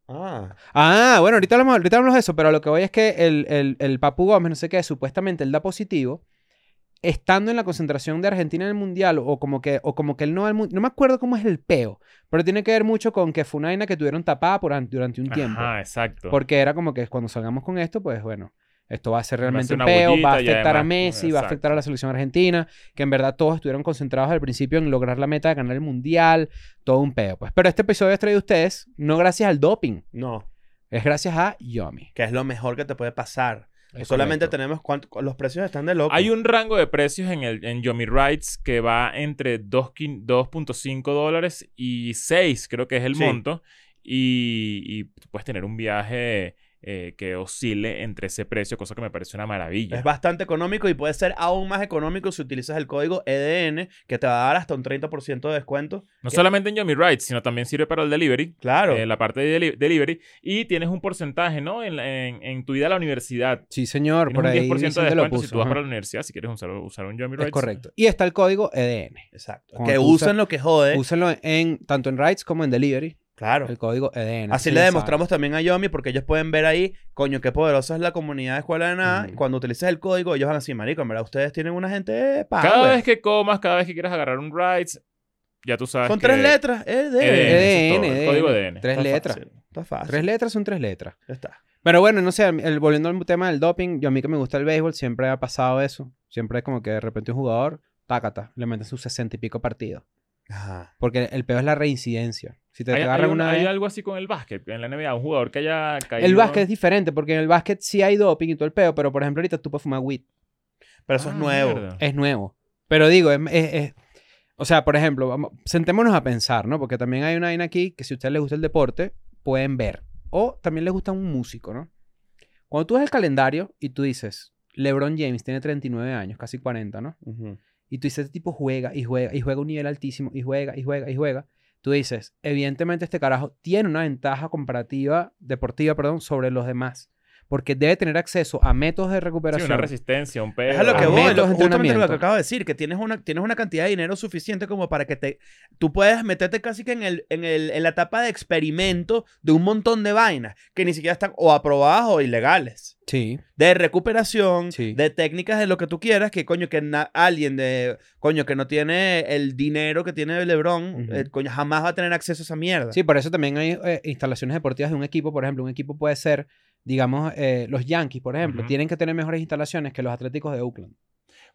[SPEAKER 3] Ah.
[SPEAKER 4] Ah, bueno, ahorita hablamos, ahorita hablamos de eso, pero lo que voy es que el, el, el Papu Gómez, no sé qué, supuestamente él da positivo, estando en la concentración de Argentina en el Mundial, o como que, o como que él no va al Mundial, no me acuerdo cómo es el peo, pero tiene que ver mucho con que fue una vaina que tuvieron tapada por, an- durante un tiempo.
[SPEAKER 1] Ajá, exacto.
[SPEAKER 4] Porque era como que cuando salgamos con esto, pues bueno, esto va a ser
[SPEAKER 1] Va a
[SPEAKER 4] realmente
[SPEAKER 1] ser
[SPEAKER 4] un
[SPEAKER 1] una
[SPEAKER 4] peo, va a
[SPEAKER 1] bullita y
[SPEAKER 4] afectar a
[SPEAKER 1] además-
[SPEAKER 4] Messi, va a afectar a la
[SPEAKER 1] exacto.
[SPEAKER 4] selección argentina, que en verdad todos estuvieron concentrados al principio en lograr la meta de ganar el mundial, todo un peo. Pues. Pero este episodio es traído a ustedes no gracias al doping,
[SPEAKER 3] No,
[SPEAKER 4] es gracias a Yomi.
[SPEAKER 3] que es lo mejor que te puede pasar.
[SPEAKER 4] Es
[SPEAKER 3] Solamente
[SPEAKER 4] correcto.
[SPEAKER 3] tenemos cuánto, los precios están de loco.
[SPEAKER 1] Hay un rango de precios en, el, en Yomi Rights que va entre 2 quin- 2.5 dólares y 6, creo que es el
[SPEAKER 3] Sí.
[SPEAKER 1] monto. Y, y tú puedes tener un viaje eh, que oscile entre ese precio, cosa que me parece una maravilla.
[SPEAKER 3] Es bastante económico y puede ser aún más económico si utilizas el código EDN, que te va a dar hasta un 30% de descuento.
[SPEAKER 1] no solamente en Yomi Rights, sino también sirve para el delivery.
[SPEAKER 3] Claro.
[SPEAKER 1] eh, la parte de deli- delivery. Y tienes un porcentaje, ¿no? En, la- en- en tu ida a la universidad.
[SPEAKER 4] Sí, señor,
[SPEAKER 1] Tienes
[SPEAKER 4] por
[SPEAKER 1] un
[SPEAKER 4] ahí
[SPEAKER 1] 10% de
[SPEAKER 4] Vicente lo
[SPEAKER 1] descuento si
[SPEAKER 4] puso.
[SPEAKER 1] tú vas
[SPEAKER 4] ajá.
[SPEAKER 1] para la universidad si quieres usar, usar un Yomi Rights.
[SPEAKER 4] Es correcto. Y está el código E EDN.
[SPEAKER 3] Exacto.
[SPEAKER 4] Cuando
[SPEAKER 3] Que
[SPEAKER 4] tú usas-
[SPEAKER 3] usen lo que jode.
[SPEAKER 4] Úsenlo en, tanto en rights como en delivery,
[SPEAKER 3] Claro.
[SPEAKER 4] el código E EDN.
[SPEAKER 3] Así
[SPEAKER 4] Entonces
[SPEAKER 3] le
[SPEAKER 4] ya
[SPEAKER 3] demostramos también a Yomi, porque ellos pueden ver ahí, coño, qué poderosa es la comunidad de Escuela de Nada.
[SPEAKER 4] Ujú.
[SPEAKER 3] Y cuando utilizas el código, ellos van así, marico, en verdad, ustedes tienen una gente pues". de power.
[SPEAKER 1] Cada vez que comas, cada vez que quieras agarrar un Rights, ya tú sabes
[SPEAKER 3] Son
[SPEAKER 1] que- E Eh,
[SPEAKER 3] tres letras. EDN.
[SPEAKER 1] EDN,
[SPEAKER 4] E
[SPEAKER 3] Está
[SPEAKER 1] eso es todo,
[SPEAKER 4] saben. EDN,
[SPEAKER 1] el código EDN.
[SPEAKER 4] E Tres
[SPEAKER 3] fácil,
[SPEAKER 4] letras.
[SPEAKER 3] Está fácil.
[SPEAKER 4] Tres letras son tres letras.
[SPEAKER 3] Ya está.
[SPEAKER 4] Pero bueno, no sé, el, volviendo al tema del doping, yo a mí que me gusta el béisbol, siempre ha pasado eso. Siempre es como que de repente un jugador, tácata, le meten sus 60 y pico partidos.
[SPEAKER 3] Ajá.
[SPEAKER 4] Porque el peor es la reincidencia. Si te
[SPEAKER 1] Hay, hay
[SPEAKER 4] agarran
[SPEAKER 1] un-
[SPEAKER 4] una
[SPEAKER 1] hay
[SPEAKER 4] vez...
[SPEAKER 1] algo así con el básquet en la NBA, un jugador que haya caído.
[SPEAKER 4] El básquet es diferente, porque en el básquet sí hay doping y todo el peo, pero por ejemplo ahorita tú puedes fumar weed.
[SPEAKER 3] Pero eso es
[SPEAKER 1] Ah,
[SPEAKER 3] nuevo.
[SPEAKER 1] mierda.
[SPEAKER 4] Es nuevo. Pero digo, es... es- es- O sea, por ejemplo, vamos- sentémonos a pensar, ¿no? Porque también hay una vaina aquí que si a ustedes les gusta el deporte, pueden ver. O también les gusta un músico, ¿no? Cuando tú ves el calendario y tú dices, LeBron James tiene 39 años, casi 40, ¿no?
[SPEAKER 3] Ujú.
[SPEAKER 4] y tú dices, este tipo juega y juega y juega a un nivel altísimo y juega y juega y juega, tú dices, evidentemente este carajo tiene una ventaja comparativa, deportiva, perdón, sobre los demás. Porque debe tener acceso a métodos de
[SPEAKER 1] Sí,
[SPEAKER 4] recuperación.
[SPEAKER 1] una resistencia, un pedo.
[SPEAKER 3] Es a lo que
[SPEAKER 4] Ah,
[SPEAKER 3] voy,
[SPEAKER 4] métodos
[SPEAKER 3] lo,
[SPEAKER 4] de
[SPEAKER 3] justamente lo
[SPEAKER 4] entrenamiento.
[SPEAKER 3] que acabo de decir, que tienes una, tienes una cantidad de dinero suficiente como para que te, tú puedas meterte casi que en, el, en, el, en la etapa de experimento de un montón de vainas que ni siquiera están o aprobadas o ilegales.
[SPEAKER 4] sí.
[SPEAKER 3] de recuperación,
[SPEAKER 4] Sí.
[SPEAKER 3] de técnicas de lo que tú quieras, que coño, que na- alguien de, coño, que no tiene el dinero que tiene LeBron,
[SPEAKER 4] Ujú.
[SPEAKER 3] eh, coño, jamás va a tener acceso a esa mierda.
[SPEAKER 4] Sí, por eso también hay eh, instalaciones deportivas de un equipo. Por ejemplo, un equipo puede ser, digamos, eh, los Yankees, por ejemplo,
[SPEAKER 1] Ujú.
[SPEAKER 4] tienen que tener mejores instalaciones que los Atléticos de Oakland.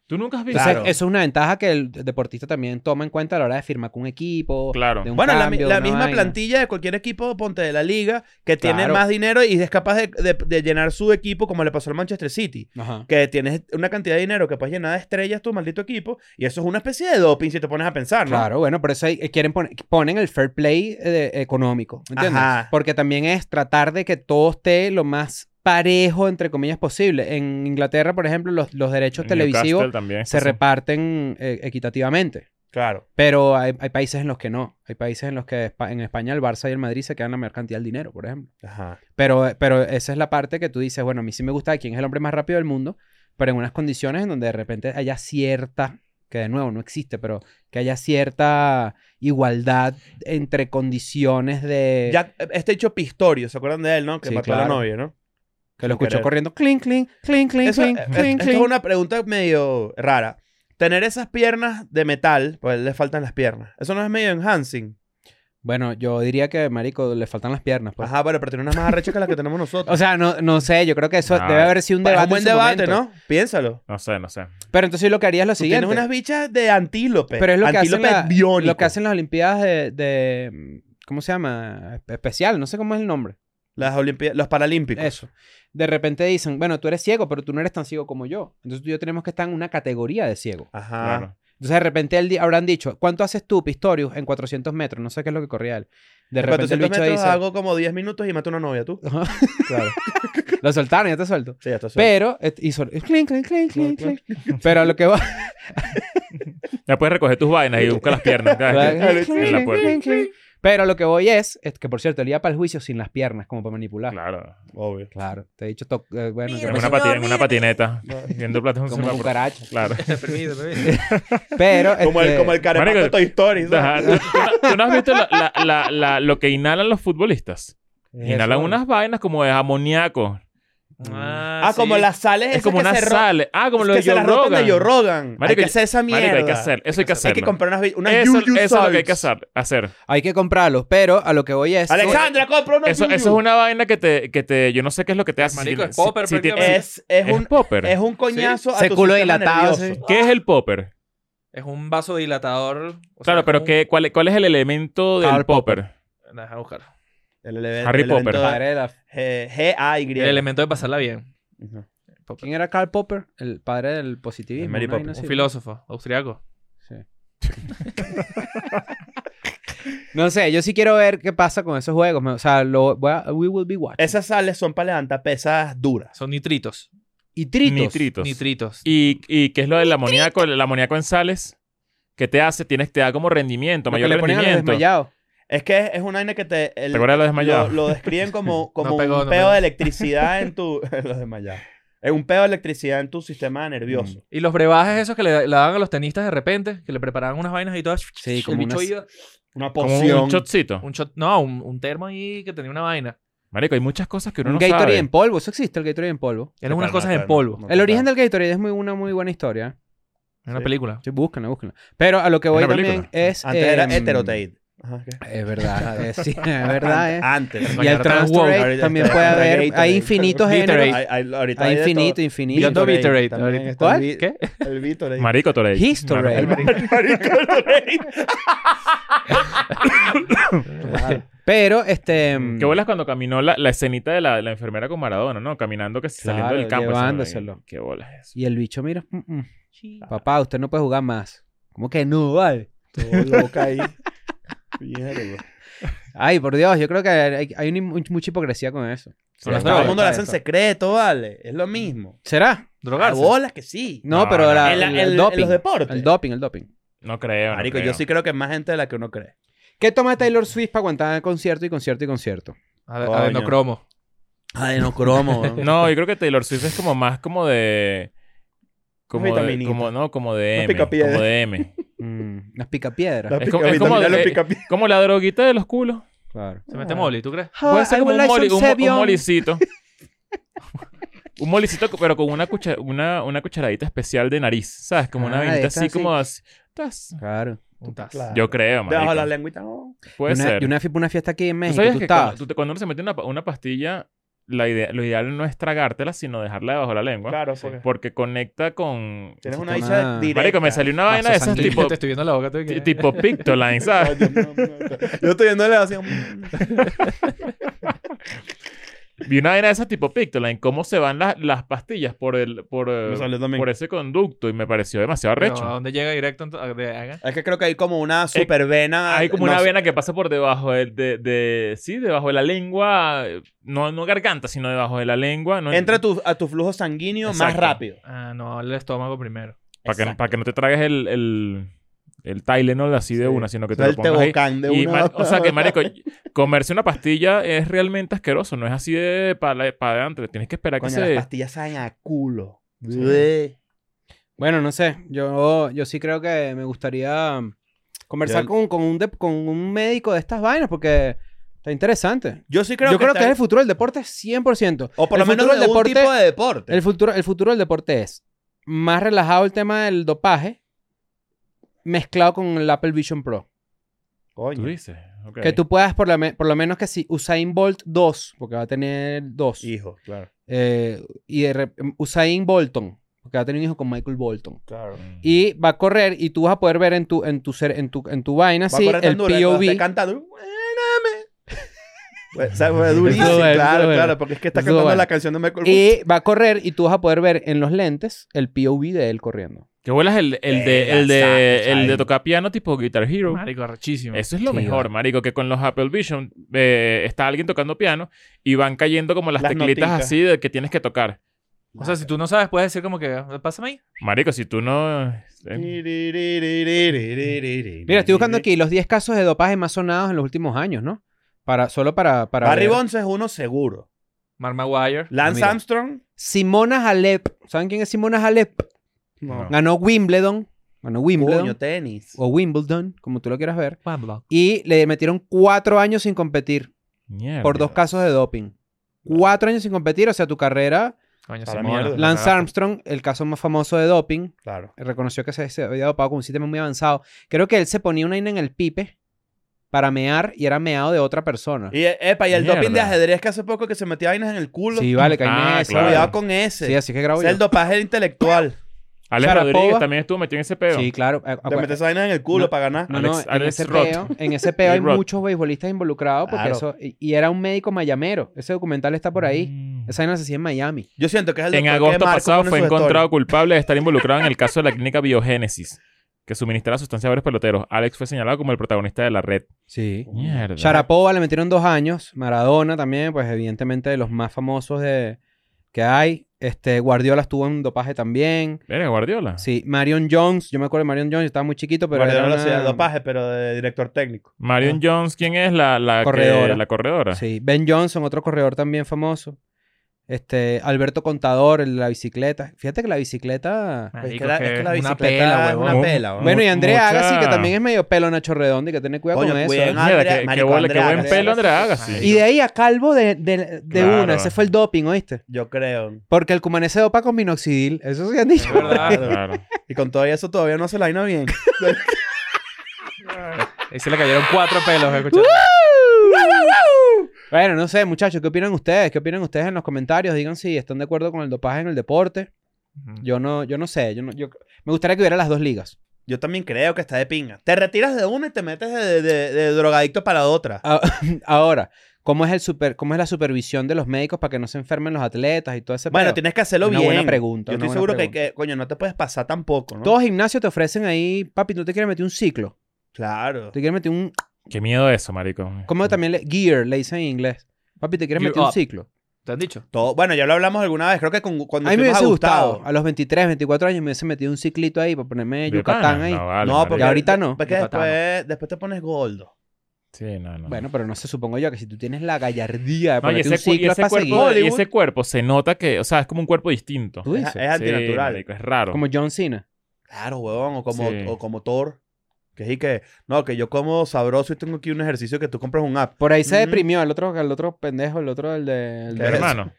[SPEAKER 1] Tú nunca has visto.
[SPEAKER 4] Entonces,
[SPEAKER 3] Claro.
[SPEAKER 4] eso es una ventaja que el deportista también toma en cuenta a la hora de firmar con un equipo.
[SPEAKER 1] Claro.
[SPEAKER 4] de un
[SPEAKER 3] Bueno, la mi-
[SPEAKER 4] cambio,
[SPEAKER 3] la,
[SPEAKER 4] una
[SPEAKER 3] misma
[SPEAKER 4] vaina.
[SPEAKER 3] plantilla de cualquier equipo, ponte de la liga, que tiene
[SPEAKER 4] Claro.
[SPEAKER 3] más dinero y es capaz de, de- de llenar su equipo como le pasó al Manchester City.
[SPEAKER 4] Ajá.
[SPEAKER 3] Que tienes una cantidad de dinero que puedes llenar de estrellas tu maldito equipo, y eso es una especie de doping si te pones a pensar, ¿no?
[SPEAKER 4] Claro, bueno, por eso hay- quieren poner, ponen el fair play eh, de- económico, ¿entiendes?
[SPEAKER 3] Ajá.
[SPEAKER 4] Porque también es tratar de que todo esté lo más parejo, entre comillas, posible. En Inglaterra, por ejemplo, los, los derechos
[SPEAKER 1] en
[SPEAKER 4] televisivos
[SPEAKER 1] Newcastle también,
[SPEAKER 4] se
[SPEAKER 1] sí.
[SPEAKER 4] reparten eh, equitativamente,
[SPEAKER 3] Claro.
[SPEAKER 4] pero hay, hay países en los que no. Hay países en los que Espa- en España el Barça y el Madrid se quedan la mayor cantidad del dinero, por ejemplo.
[SPEAKER 3] Ajá.
[SPEAKER 4] Pero, pero esa es la parte que tú dices, bueno, a mí sí me gusta quién es el hombre más rápido del mundo, pero en unas condiciones en donde de repente haya cierta, que de nuevo no existe, pero que haya cierta igualdad entre condiciones de...
[SPEAKER 3] Ya, eh, este hecho Pistorio, ¿se acuerdan de él, no? Que
[SPEAKER 4] Sí,
[SPEAKER 3] mató a la
[SPEAKER 4] claro.
[SPEAKER 3] novia, ¿no?
[SPEAKER 4] que lo
[SPEAKER 3] sin
[SPEAKER 4] escuchó
[SPEAKER 3] querer.
[SPEAKER 4] corriendo, clink, clink, clink, clink,
[SPEAKER 3] Eso-
[SPEAKER 4] clink,
[SPEAKER 3] eh,
[SPEAKER 4] clink,
[SPEAKER 3] esto es
[SPEAKER 4] clink.
[SPEAKER 3] una pregunta medio rara. Tener esas piernas de metal, pues le faltan las piernas. Eso no es medio enhancing.
[SPEAKER 4] Bueno, yo diría que, marico, le faltan las piernas. pues.
[SPEAKER 3] Ajá, ah, bueno, pero tiene unas más arrechas que las que tenemos
[SPEAKER 4] (laughs)
[SPEAKER 3] nosotros.
[SPEAKER 4] O sea, no, no sé, yo creo que eso
[SPEAKER 1] No,
[SPEAKER 4] debe haber sido un
[SPEAKER 3] Ah, es
[SPEAKER 4] debate.
[SPEAKER 3] un buen
[SPEAKER 4] en su
[SPEAKER 3] debate,
[SPEAKER 4] momento.
[SPEAKER 3] ¿no? Piénsalo.
[SPEAKER 1] No sé, no sé.
[SPEAKER 4] Pero entonces lo que haría es lo
[SPEAKER 3] Tú tienes
[SPEAKER 4] siguiente.
[SPEAKER 3] unas bichas de antílope.
[SPEAKER 4] Pero es lo que, hacen
[SPEAKER 3] antílope
[SPEAKER 4] la-
[SPEAKER 3] biónico.
[SPEAKER 4] lo que hacen las Olimpiadas de, de- mm, ¿Cómo se llama? Espe- Especial, no sé cómo es el nombre.
[SPEAKER 3] Las olimpi- los paralímpicos.
[SPEAKER 4] Eso. De repente dicen, bueno, tú eres ciego, pero tú no eres tan ciego como yo. Entonces tú y yo tenemos que estar en una categoría de ciego.
[SPEAKER 3] Ajá.
[SPEAKER 1] Claro.
[SPEAKER 4] Entonces de repente él di- habrán dicho, ¿cuánto haces tú, Pistorius, en 400 metros? No sé qué es lo que corría él. De
[SPEAKER 3] En
[SPEAKER 4] repente el
[SPEAKER 3] 400
[SPEAKER 4] bicho
[SPEAKER 3] metros
[SPEAKER 4] dice,
[SPEAKER 3] hago como 10 minutos y mato una novia, ¿tú? (laughs) Claro.
[SPEAKER 4] (laughs) lo soltaron, ya te suelto.
[SPEAKER 3] Sí, ya está suelto.
[SPEAKER 4] Pero, et- y sol- clink, clink, clink, clink, clink. Pero a lo
[SPEAKER 3] (laughs)
[SPEAKER 4] que va...
[SPEAKER 1] Ya puedes recoger tus vainas y busca las piernas. ¿sabes?
[SPEAKER 4] Clink,
[SPEAKER 1] En la
[SPEAKER 4] clink,
[SPEAKER 1] puerta.
[SPEAKER 4] clink, clink. Pero a lo que voy es, es que por cierto, él iba para el juicio sin las piernas, como para manipular. Claro.
[SPEAKER 1] Claro.
[SPEAKER 3] Obvio.
[SPEAKER 4] Te he dicho, to- eh, bueno, que
[SPEAKER 1] En
[SPEAKER 4] me-
[SPEAKER 3] pues
[SPEAKER 1] una, pati- en una patineta. Viendo platos en un
[SPEAKER 4] como
[SPEAKER 1] semáforo.
[SPEAKER 4] cucaracha.
[SPEAKER 3] (laughs)
[SPEAKER 1] Claro.
[SPEAKER 2] Permiso, (laughs) permiso.
[SPEAKER 4] Pero,
[SPEAKER 3] Como el,
[SPEAKER 4] este,
[SPEAKER 3] como el caremato
[SPEAKER 1] Marico,
[SPEAKER 3] de Toy Story. ¿sabes?
[SPEAKER 1] Ajá. ¿Tú, tú no- tú no has visto la- la- la- la- lo que inhalan los futbolistas?
[SPEAKER 4] es
[SPEAKER 1] Inhalan
[SPEAKER 4] eso.
[SPEAKER 1] unas vainas como de amoníaco.
[SPEAKER 3] Ah, como las sales
[SPEAKER 1] Es
[SPEAKER 3] esas
[SPEAKER 1] como
[SPEAKER 3] que
[SPEAKER 1] una
[SPEAKER 3] se ro-
[SPEAKER 1] sal. Ah, como lo
[SPEAKER 3] que
[SPEAKER 1] de
[SPEAKER 3] se
[SPEAKER 1] Joe
[SPEAKER 3] las rotan de
[SPEAKER 1] Rogan.
[SPEAKER 3] Joe Rogan. hay
[SPEAKER 1] Marico,
[SPEAKER 3] que hacer esa mierda.
[SPEAKER 1] Marico, hay que hacer. Eso hay que hacer.
[SPEAKER 3] Hay que comprar unas, unas
[SPEAKER 1] eso,
[SPEAKER 3] yuyu
[SPEAKER 1] eso es lo que hay
[SPEAKER 3] salts.
[SPEAKER 1] que hacer. hacer.
[SPEAKER 4] Hay que comprarlos, pero a lo que voy es...
[SPEAKER 3] Alexandra, compra unos
[SPEAKER 1] Eso,
[SPEAKER 3] yuyu.
[SPEAKER 1] eso es una vaina que te, que te. Yo no sé qué es lo que te hace.
[SPEAKER 2] Marico,
[SPEAKER 1] Si-
[SPEAKER 2] es popper
[SPEAKER 1] si- si-
[SPEAKER 2] prácticamente.
[SPEAKER 3] es, es
[SPEAKER 1] es
[SPEAKER 3] un,
[SPEAKER 1] popper.
[SPEAKER 3] es un coñazo a
[SPEAKER 4] Ese
[SPEAKER 3] tu
[SPEAKER 4] culo
[SPEAKER 3] sistema
[SPEAKER 4] dilatado,
[SPEAKER 3] nervioso.
[SPEAKER 1] ¿Qué es el popper?
[SPEAKER 2] Es un vaso dilatador.
[SPEAKER 1] Claro, pero ¿qué, cuál, ¿cuál es el elemento del
[SPEAKER 4] Karl
[SPEAKER 1] popper?
[SPEAKER 4] Popper.
[SPEAKER 2] Deja buscar.
[SPEAKER 3] El ele-
[SPEAKER 1] Harry
[SPEAKER 3] el
[SPEAKER 1] Potter.
[SPEAKER 3] elemento-
[SPEAKER 4] Padre de la-
[SPEAKER 3] G- G-A-Y.
[SPEAKER 2] El elemento de pasarla bien.
[SPEAKER 3] Ujú.
[SPEAKER 4] ¿Quién era Karl Popper? El padre del positivismo.
[SPEAKER 3] El Mary
[SPEAKER 4] una vaina
[SPEAKER 3] Popper.
[SPEAKER 4] así.
[SPEAKER 2] Un filósofo austriaco.
[SPEAKER 4] Sí. no sé, yo sí (laughs) quiero ver qué pasa con esos juegos. me- O sea, lo voy a- we will be watching.
[SPEAKER 3] Esas sales son para levantar pesas duras.
[SPEAKER 2] Son nitritos.
[SPEAKER 4] Y tritos.
[SPEAKER 1] Nitritos.
[SPEAKER 2] Nitritos.
[SPEAKER 1] ¿Y, ¿Y qué es lo del amoníaco? El amoníaco en sales. ¿Qué te hace? Tienes, te da como rendimiento,
[SPEAKER 4] Lo que
[SPEAKER 1] mayor
[SPEAKER 4] le ponen a los
[SPEAKER 1] rendimiento.
[SPEAKER 4] desmayados.
[SPEAKER 3] Es que es, es una vaina que te... el-
[SPEAKER 1] ¿Te acuerdas de los desmayados?
[SPEAKER 3] lo, lo
[SPEAKER 1] (laughs)
[SPEAKER 3] describen como, como
[SPEAKER 2] No pegó,
[SPEAKER 3] un
[SPEAKER 2] no
[SPEAKER 3] peo
[SPEAKER 2] pegó.
[SPEAKER 3] de electricidad en tu... (laughs) los desmayados. Es un peo de electricidad en tu sistema
[SPEAKER 1] Mm.
[SPEAKER 3] nervioso.
[SPEAKER 2] Y los brebajes esos que le, le daban a los tenistas de repente, que le preparaban unas vainas y todas.
[SPEAKER 4] Sí,
[SPEAKER 2] el
[SPEAKER 4] como
[SPEAKER 2] bicho
[SPEAKER 4] unas-
[SPEAKER 2] iba-
[SPEAKER 3] Una
[SPEAKER 1] como
[SPEAKER 3] poción.
[SPEAKER 1] un shotcito.
[SPEAKER 2] un shot- no, un, un termo ahí que tenía una vaina.
[SPEAKER 1] Marico, hay muchas cosas que uno
[SPEAKER 4] Un
[SPEAKER 1] no
[SPEAKER 4] Gatorade
[SPEAKER 1] sabe.
[SPEAKER 4] en polvo. Eso existe, el Gatorade en polvo.
[SPEAKER 2] Eran unas
[SPEAKER 3] Pero no,
[SPEAKER 2] cosas
[SPEAKER 3] pero
[SPEAKER 2] en
[SPEAKER 3] no,
[SPEAKER 2] polvo.
[SPEAKER 3] no,
[SPEAKER 4] El origen
[SPEAKER 3] claro.
[SPEAKER 4] del Gatorade es muy, una muy buena historia. ¿eh?
[SPEAKER 2] Era una
[SPEAKER 3] Sí.
[SPEAKER 2] película.
[SPEAKER 4] Sí, búsquenla, búsquenla. Pero a lo que voy
[SPEAKER 1] Una
[SPEAKER 4] también
[SPEAKER 1] película.
[SPEAKER 4] es...
[SPEAKER 3] Antes era
[SPEAKER 4] em,
[SPEAKER 3] heterotate. Ajá, ¿qué?
[SPEAKER 4] Es verdad, eh, sí, es verdad, eh.
[SPEAKER 3] (laughs) Antes.
[SPEAKER 2] Y
[SPEAKER 4] Y
[SPEAKER 2] Coño,
[SPEAKER 4] el
[SPEAKER 2] ahora trans woke.
[SPEAKER 4] Transworld
[SPEAKER 3] Ahorita
[SPEAKER 4] también
[SPEAKER 3] está-
[SPEAKER 4] puede
[SPEAKER 3] ahora
[SPEAKER 4] haber.
[SPEAKER 3] Gatorade.
[SPEAKER 4] Hay infinitos
[SPEAKER 2] Gatorade.
[SPEAKER 4] géneros.
[SPEAKER 3] Hay, hay- ahorita
[SPEAKER 4] Hay
[SPEAKER 3] hay de
[SPEAKER 4] infinito,
[SPEAKER 3] todo.
[SPEAKER 2] Yo ando
[SPEAKER 4] infinito.
[SPEAKER 2] Gatorade. Gatorade
[SPEAKER 3] También
[SPEAKER 2] ahorita.
[SPEAKER 3] está
[SPEAKER 4] ¿Cuál?
[SPEAKER 3] el vi-
[SPEAKER 2] ¿Qué?
[SPEAKER 3] El Vitorade.
[SPEAKER 1] Marico Torey.
[SPEAKER 4] Historade.
[SPEAKER 1] Claro.
[SPEAKER 4] Pero, este... em,
[SPEAKER 1] Mm, ¿Qué bolas cuando caminó la, la escenita de la, la enfermera con Maradona, no? Caminando que saliendo
[SPEAKER 4] Claro,
[SPEAKER 1] del campo. esa
[SPEAKER 4] llevándoselo.
[SPEAKER 1] vaina. ¿Qué bolas es eso?
[SPEAKER 4] Y el bicho, mira, "Mm, mm, papá, usted no puede jugar más. ¿Cómo que no, vale?
[SPEAKER 3] Todo loca ahí. Mierda.
[SPEAKER 4] Ay, por Dios, yo creo que hay, hay una- mu- mucha hipocresía con eso.
[SPEAKER 1] Sí,
[SPEAKER 2] las
[SPEAKER 3] Todo
[SPEAKER 1] claro.
[SPEAKER 3] el mundo lo hace en
[SPEAKER 4] Eso.
[SPEAKER 3] secreto, vale. Es lo mismo.
[SPEAKER 4] ¿Será?
[SPEAKER 3] A
[SPEAKER 2] (laughs) Drogarse.
[SPEAKER 3] bolas que sí.
[SPEAKER 4] No,
[SPEAKER 1] No,
[SPEAKER 4] pero
[SPEAKER 1] no.
[SPEAKER 4] la-
[SPEAKER 3] En, la-
[SPEAKER 4] Ah, el,
[SPEAKER 3] en- en
[SPEAKER 4] doping.
[SPEAKER 3] los deportes.
[SPEAKER 4] el doping, el doping.
[SPEAKER 1] No creo. no
[SPEAKER 3] Marico,
[SPEAKER 1] creo.
[SPEAKER 3] yo sí creo que es más gente de la que uno cree.
[SPEAKER 4] ¿Qué toma Taylor Swift para aguantar concierto y concierto y concierto?
[SPEAKER 2] Ade-
[SPEAKER 3] Coño.
[SPEAKER 2] Adenocromo.
[SPEAKER 3] Adenocromo. (laughs)
[SPEAKER 1] No, yo creo que Taylor Swift es como más como de. Como de,
[SPEAKER 3] vitaminita.
[SPEAKER 1] como, no, como de
[SPEAKER 3] Una
[SPEAKER 1] M.
[SPEAKER 3] picapiedra.
[SPEAKER 1] Como de M.
[SPEAKER 4] Mm, las picapiedras.
[SPEAKER 1] Es como- es como de- Como la droguita de los culos.
[SPEAKER 4] Claro. Ah.
[SPEAKER 2] Se mete Molly, ¿tú crees?
[SPEAKER 1] Puede ser
[SPEAKER 4] Oh, I
[SPEAKER 1] como
[SPEAKER 4] would
[SPEAKER 1] un,
[SPEAKER 4] like
[SPEAKER 1] moli- un
[SPEAKER 4] some
[SPEAKER 1] mo- un
[SPEAKER 4] Savion.
[SPEAKER 1] molicito. un molicito, pero con una, cucha- una, una cucharadita especial de nariz, ¿sabes? Como una
[SPEAKER 4] Ah,
[SPEAKER 1] vainita
[SPEAKER 4] estas
[SPEAKER 1] así,
[SPEAKER 4] así.
[SPEAKER 1] como así. Tas.
[SPEAKER 4] Claro.
[SPEAKER 2] Un tazo.
[SPEAKER 3] Claro.
[SPEAKER 1] Yo creo,
[SPEAKER 3] Debajo
[SPEAKER 1] marico.
[SPEAKER 3] la lengüita. oh, no.
[SPEAKER 1] Puede
[SPEAKER 4] y una,
[SPEAKER 1] ser.
[SPEAKER 4] y una, fui para una fiesta aquí en
[SPEAKER 1] ¿Tú
[SPEAKER 4] México, tú,
[SPEAKER 1] sabes que cuando,
[SPEAKER 4] estabas.
[SPEAKER 1] tú te- cuando uno se mete una, pa- una pastilla, la idea, lo ideal no es tragártela, sino dejarla debajo de la lengua.
[SPEAKER 3] Claro, porque
[SPEAKER 1] Porque conecta con...
[SPEAKER 3] tienes una
[SPEAKER 4] Sistema-
[SPEAKER 3] dicha directa.
[SPEAKER 1] Marico, me salió una vaina de esas
[SPEAKER 2] Sangría,
[SPEAKER 1] tipo,
[SPEAKER 2] Te estoy viendo la boca. estoy-
[SPEAKER 1] ti- tipo Pictoline,
[SPEAKER 3] Ay, (laughs)
[SPEAKER 1] ¿sabes?
[SPEAKER 3] Dios mío, mío, mío. Yo estoy viendo la así. mm.
[SPEAKER 1] Vi una vaina de esas tipo Pictoline, cómo se van las, las pastillas por el por, eh,
[SPEAKER 3] Me salió también.
[SPEAKER 1] por ese conducto y me pareció demasiado
[SPEAKER 2] Pero,
[SPEAKER 1] recho.
[SPEAKER 2] ¿A dónde llega directo? ento- a- de- haga?
[SPEAKER 3] Es que creo que hay como una supervena.
[SPEAKER 1] Eh, Hay como
[SPEAKER 3] no
[SPEAKER 1] una
[SPEAKER 3] sé.
[SPEAKER 1] vena que pasa por debajo de, de- de- sí, debajo de la lengua, eh, no, no garganta, sino debajo de la lengua, no,
[SPEAKER 3] Entra a tu, a tu flujo sanguíneo más
[SPEAKER 1] Exacto.
[SPEAKER 3] rápido.
[SPEAKER 2] Ah, no, el estómago primero.
[SPEAKER 1] para que,
[SPEAKER 3] Exacto.
[SPEAKER 1] para que no te tragues el, el, el Tylenol así de
[SPEAKER 3] Sí.
[SPEAKER 1] una, sino que
[SPEAKER 3] O sea,
[SPEAKER 1] te
[SPEAKER 3] el
[SPEAKER 1] lo pongas ahí.
[SPEAKER 3] tebocán de
[SPEAKER 1] Y,
[SPEAKER 3] una.
[SPEAKER 1] mar- o sea que
[SPEAKER 3] (laughs)
[SPEAKER 1] marico, comerse una pastilla es realmente asqueroso, no es así de para adelante, tienes que esperar
[SPEAKER 3] Coño,
[SPEAKER 1] que se
[SPEAKER 3] las pastillas saben a culo. Bleh.
[SPEAKER 4] Bueno, no sé. Yo, yo sí creo que me gustaría conversar
[SPEAKER 3] Yo-
[SPEAKER 4] con, con, un dep- con un médico de estas vainas porque está interesante.
[SPEAKER 3] Yo sí creo
[SPEAKER 4] yo
[SPEAKER 3] que,
[SPEAKER 4] creo
[SPEAKER 3] está-
[SPEAKER 4] que es el futuro del deporte 100%.
[SPEAKER 3] O por
[SPEAKER 4] el
[SPEAKER 3] lo menos
[SPEAKER 4] futuro
[SPEAKER 3] de
[SPEAKER 4] del
[SPEAKER 3] un
[SPEAKER 4] deporte-
[SPEAKER 3] tipo de deporte.
[SPEAKER 4] El futuro, el futuro del deporte es más relajado el tema del dopaje mezclado con el Apple Vision Pro.
[SPEAKER 3] Coño.
[SPEAKER 1] Tú dices. ok.
[SPEAKER 4] Que tú puedas, por, la me- por lo menos que si Usain Bolt 2, porque va a tener 2,
[SPEAKER 3] Hijo, claro.
[SPEAKER 4] eh, y de rep- Usain Bolton, porque va a tener un hijo con Michael Bolton.
[SPEAKER 3] Claro. Va
[SPEAKER 4] Y va a correr y tú vas a poder ver en tu, en tu, cer- en tu, en tu vaina,
[SPEAKER 3] a
[SPEAKER 4] sí,
[SPEAKER 3] correr tan
[SPEAKER 4] el
[SPEAKER 3] duro, y cuando esté
[SPEAKER 4] POV.
[SPEAKER 3] cantando. "Buéname". (laughs) Pues, o sea, fue durísimo,
[SPEAKER 4] Eso es,
[SPEAKER 3] claro,
[SPEAKER 4] eso es.
[SPEAKER 3] claro, porque es que está
[SPEAKER 4] Eso
[SPEAKER 3] cantando
[SPEAKER 4] es.
[SPEAKER 3] la canción de Michael
[SPEAKER 4] Y va a correr y tú vas a poder ver en los lentes el POV de él corriendo.
[SPEAKER 1] Que vuelas el, el de, el, de, el de tocar piano tipo Guitar Hero.
[SPEAKER 2] Marico, arrechísimo.
[SPEAKER 1] Eso es lo
[SPEAKER 4] Sí,
[SPEAKER 1] mejor,
[SPEAKER 4] vale.
[SPEAKER 1] marico, que con los Apple Vision eh, está alguien tocando piano y van cayendo como las,
[SPEAKER 3] Las
[SPEAKER 1] teclitas
[SPEAKER 3] noticas.
[SPEAKER 1] así de que tienes que tocar.
[SPEAKER 2] O sea, si tú no sabes, puedes decir como que, pásame ahí.
[SPEAKER 1] Marico, si tú no... eh,
[SPEAKER 3] Mira,
[SPEAKER 4] Mira, estoy buscando aquí los 10 casos de dopaje más sonados en los últimos años, ¿no? Para, solo para... para
[SPEAKER 3] Barry
[SPEAKER 4] ver.
[SPEAKER 3] Bonds es uno seguro.
[SPEAKER 2] Mark Maguire.
[SPEAKER 3] Lance
[SPEAKER 4] Mira.
[SPEAKER 3] Armstrong.
[SPEAKER 4] Simona Halep. ¿Saben quién es Simona Halep?
[SPEAKER 1] No. Oh.
[SPEAKER 4] Ganó Wimbledon. Ganó Wimbledon.
[SPEAKER 3] Coño, tenis.
[SPEAKER 4] o Wimbledon, como tú lo quieras ver.
[SPEAKER 2] Juan Block.
[SPEAKER 4] Y le metieron cuatro años sin competir
[SPEAKER 1] mierda.
[SPEAKER 4] por dos casos de doping. Cuatro años sin competir, o sea, tu carrera.
[SPEAKER 2] Coño,
[SPEAKER 3] Para
[SPEAKER 2] se
[SPEAKER 3] la
[SPEAKER 2] mola.
[SPEAKER 3] mierda.
[SPEAKER 4] Lance Armstrong, el caso más famoso de doping,
[SPEAKER 3] Claro.
[SPEAKER 4] reconoció que se, se había dopado con un sistema muy avanzado. Creo que él se ponía una vaina en el pipe para mear y era meado de otra persona.
[SPEAKER 3] Y, eh, epa, y el
[SPEAKER 1] Mierda.
[SPEAKER 3] doping de ajedrez que hace poco que se metía vainas en el culo.
[SPEAKER 4] Sí, vale, que ahí
[SPEAKER 1] Ah,
[SPEAKER 4] me-
[SPEAKER 1] claro.
[SPEAKER 3] Cuidado con ese.
[SPEAKER 4] Sí, así que grabo
[SPEAKER 3] Ese es el
[SPEAKER 4] yo.
[SPEAKER 3] dopaje intelectual.
[SPEAKER 1] Alex
[SPEAKER 4] Sharapova.
[SPEAKER 1] Rodríguez también estuvo metido en ese peo.
[SPEAKER 4] Sí, claro. Eh,
[SPEAKER 3] Te
[SPEAKER 4] acu-
[SPEAKER 3] metes vainas en el culo
[SPEAKER 4] No.
[SPEAKER 3] para ganar.
[SPEAKER 4] No, no,
[SPEAKER 1] Alex-
[SPEAKER 4] en,
[SPEAKER 1] Alex
[SPEAKER 4] ese
[SPEAKER 1] Roth.
[SPEAKER 4] peo, en ese peo hay
[SPEAKER 1] Roth.
[SPEAKER 4] muchos beisbolistas involucrados porque
[SPEAKER 3] Claro.
[SPEAKER 4] eso, y, y era un médico mayamero. Ese documental está por ahí.
[SPEAKER 1] Mm.
[SPEAKER 4] Esa vaina se hacía en Miami.
[SPEAKER 3] Yo siento que es el
[SPEAKER 1] En
[SPEAKER 3] doctor que
[SPEAKER 1] agosto
[SPEAKER 3] Marco
[SPEAKER 1] pasado
[SPEAKER 3] pone en
[SPEAKER 1] fue
[SPEAKER 3] su story.
[SPEAKER 1] encontrado culpable de estar involucrado en el caso de la clínica Biogénesis, que suministraba sustancias a varios peloteros. Alex fue señalado como el protagonista de la red.
[SPEAKER 4] Sí.
[SPEAKER 1] Mierda.
[SPEAKER 4] Sharapova le metieron dos años. Maradona también, pues evidentemente de los más famosos de, que hay. Este, Guardiola estuvo en dopaje también.
[SPEAKER 1] Verga, Guardiola.
[SPEAKER 4] Sí, Marion Jones. Yo me acuerdo de Marion Jones, yo estaba muy chiquito, pero
[SPEAKER 3] Guardiola
[SPEAKER 4] era
[SPEAKER 3] no hacía
[SPEAKER 4] una-
[SPEAKER 3] dopaje, pero de director técnico.
[SPEAKER 1] Marion Jones, ¿quién es la, la que-
[SPEAKER 4] Ah. Corredora.
[SPEAKER 1] la corredora?
[SPEAKER 4] Sí, Ben Johnson, otro corredor también famoso. Este, Alberto Contador, el de la bicicleta. Fíjate que la bicicleta...
[SPEAKER 2] Ah,
[SPEAKER 3] Pues Es que
[SPEAKER 2] Marico,
[SPEAKER 3] la,
[SPEAKER 2] que
[SPEAKER 3] es que la
[SPEAKER 2] es una
[SPEAKER 3] bicicleta
[SPEAKER 2] pela,
[SPEAKER 3] es
[SPEAKER 1] huevón.
[SPEAKER 3] una pela. huevón.
[SPEAKER 4] Bueno, y Andrea
[SPEAKER 1] mucha-
[SPEAKER 4] Agassi, que también es medio pelo Nacho Redondo, y que tener cuidado
[SPEAKER 3] Coño,
[SPEAKER 4] con eso. ¿eh?
[SPEAKER 3] cuidado.
[SPEAKER 1] Mierda,
[SPEAKER 3] Andrea-
[SPEAKER 1] qué, qué
[SPEAKER 3] marico,
[SPEAKER 1] bola- qué
[SPEAKER 3] Andrea
[SPEAKER 1] buen pelo Andrea
[SPEAKER 2] Agassi.
[SPEAKER 1] Agassi.
[SPEAKER 4] Y de ahí a Calvo de, de, de
[SPEAKER 1] Claro.
[SPEAKER 4] una. Ese fue el doping, ¿oíste?
[SPEAKER 3] Yo creo.
[SPEAKER 4] Porque el cumané se dopa con minoxidil. Eso sí han
[SPEAKER 2] Es
[SPEAKER 4] dicho.
[SPEAKER 1] (laughs)
[SPEAKER 2] verdad.
[SPEAKER 1] Claro.
[SPEAKER 3] Y con todo eso todavía no hace la vaina bien. (laughs)
[SPEAKER 2] Ahí se le cayeron cuatro pelos, escucha.
[SPEAKER 4] Bueno, no sé, muchachos, ¿qué opinan ustedes? ¿Qué opinan ustedes en los comentarios? Digan si están de acuerdo con el dopaje en el deporte. Yo no, yo no sé. Yo no- yo- Me gustaría que hubiera las dos ligas.
[SPEAKER 3] Yo también creo que está de pinga. Te retiras de una y te metes de, de- de drogadicto para la otra.
[SPEAKER 4] Ah, Ahora, ¿cómo es, el super, ¿cómo es la supervisión de los médicos para que no se enfermen los atletas y todo ese
[SPEAKER 3] bueno,
[SPEAKER 4] pedo?
[SPEAKER 3] tienes que hacerlo
[SPEAKER 4] una
[SPEAKER 3] bien.
[SPEAKER 4] buena pregunta,
[SPEAKER 3] Yo
[SPEAKER 4] una
[SPEAKER 3] estoy
[SPEAKER 4] buena
[SPEAKER 3] seguro que,
[SPEAKER 4] pregunta.
[SPEAKER 3] que, coño, no te puedes pasar tampoco, ¿no?
[SPEAKER 4] Todos gimnasios te ofrecen ahí, papi, ¿tú te quieres meter un ciclo?
[SPEAKER 3] Claro.
[SPEAKER 4] ¿Te quieres meter un
[SPEAKER 1] Qué miedo eso, marico.
[SPEAKER 4] ¿Cómo también le, gear le dicen en inglés? Papi, ¿te quieres
[SPEAKER 2] Gear
[SPEAKER 4] meter un
[SPEAKER 2] up.
[SPEAKER 4] ciclo?
[SPEAKER 2] ¿Te han dicho?
[SPEAKER 3] Todo- bueno, ya lo hablamos alguna vez. Creo que con, cuando
[SPEAKER 4] A mí me
[SPEAKER 3] estuvimos
[SPEAKER 4] hubiese
[SPEAKER 3] a
[SPEAKER 4] gustado. A los 23, 24 años me hubiese metido un ciclito ahí para
[SPEAKER 1] De
[SPEAKER 4] ponerme Yucatán
[SPEAKER 1] pana,
[SPEAKER 4] ahí.
[SPEAKER 1] No, vale,
[SPEAKER 3] no,
[SPEAKER 1] marico.
[SPEAKER 3] porque
[SPEAKER 4] Ya ahorita no.
[SPEAKER 3] Porque
[SPEAKER 2] Yucatán,
[SPEAKER 3] después, después te pones gordo.
[SPEAKER 1] Sí, no, no.
[SPEAKER 4] Bueno, pero no sé, supongo yo que si tú tienes la gallardía de
[SPEAKER 1] No, y
[SPEAKER 4] ponerte
[SPEAKER 1] ese,
[SPEAKER 4] un
[SPEAKER 1] cu- y
[SPEAKER 4] ciclo es
[SPEAKER 1] ese
[SPEAKER 4] para seguir.
[SPEAKER 1] cuerpo, y
[SPEAKER 3] Hollywood.
[SPEAKER 1] ese cuerpo se nota que, o sea, es como un cuerpo distinto.
[SPEAKER 4] Tú
[SPEAKER 3] Es,
[SPEAKER 4] dices.
[SPEAKER 1] Sí,
[SPEAKER 3] es antinatural.
[SPEAKER 1] marico, es raro.
[SPEAKER 4] Como John Cena.
[SPEAKER 3] Claro, huevón. O como,
[SPEAKER 1] Sí.
[SPEAKER 3] o como Thor. Que sí que... No, que yo como sabroso y tengo aquí un ejercicio que tú compras un app.
[SPEAKER 4] Por ahí se
[SPEAKER 3] Mm.
[SPEAKER 4] deprimió el otro, el otro pendejo, el otro, el de. El,
[SPEAKER 3] ¿Qué
[SPEAKER 4] de-
[SPEAKER 3] es?
[SPEAKER 1] hermano.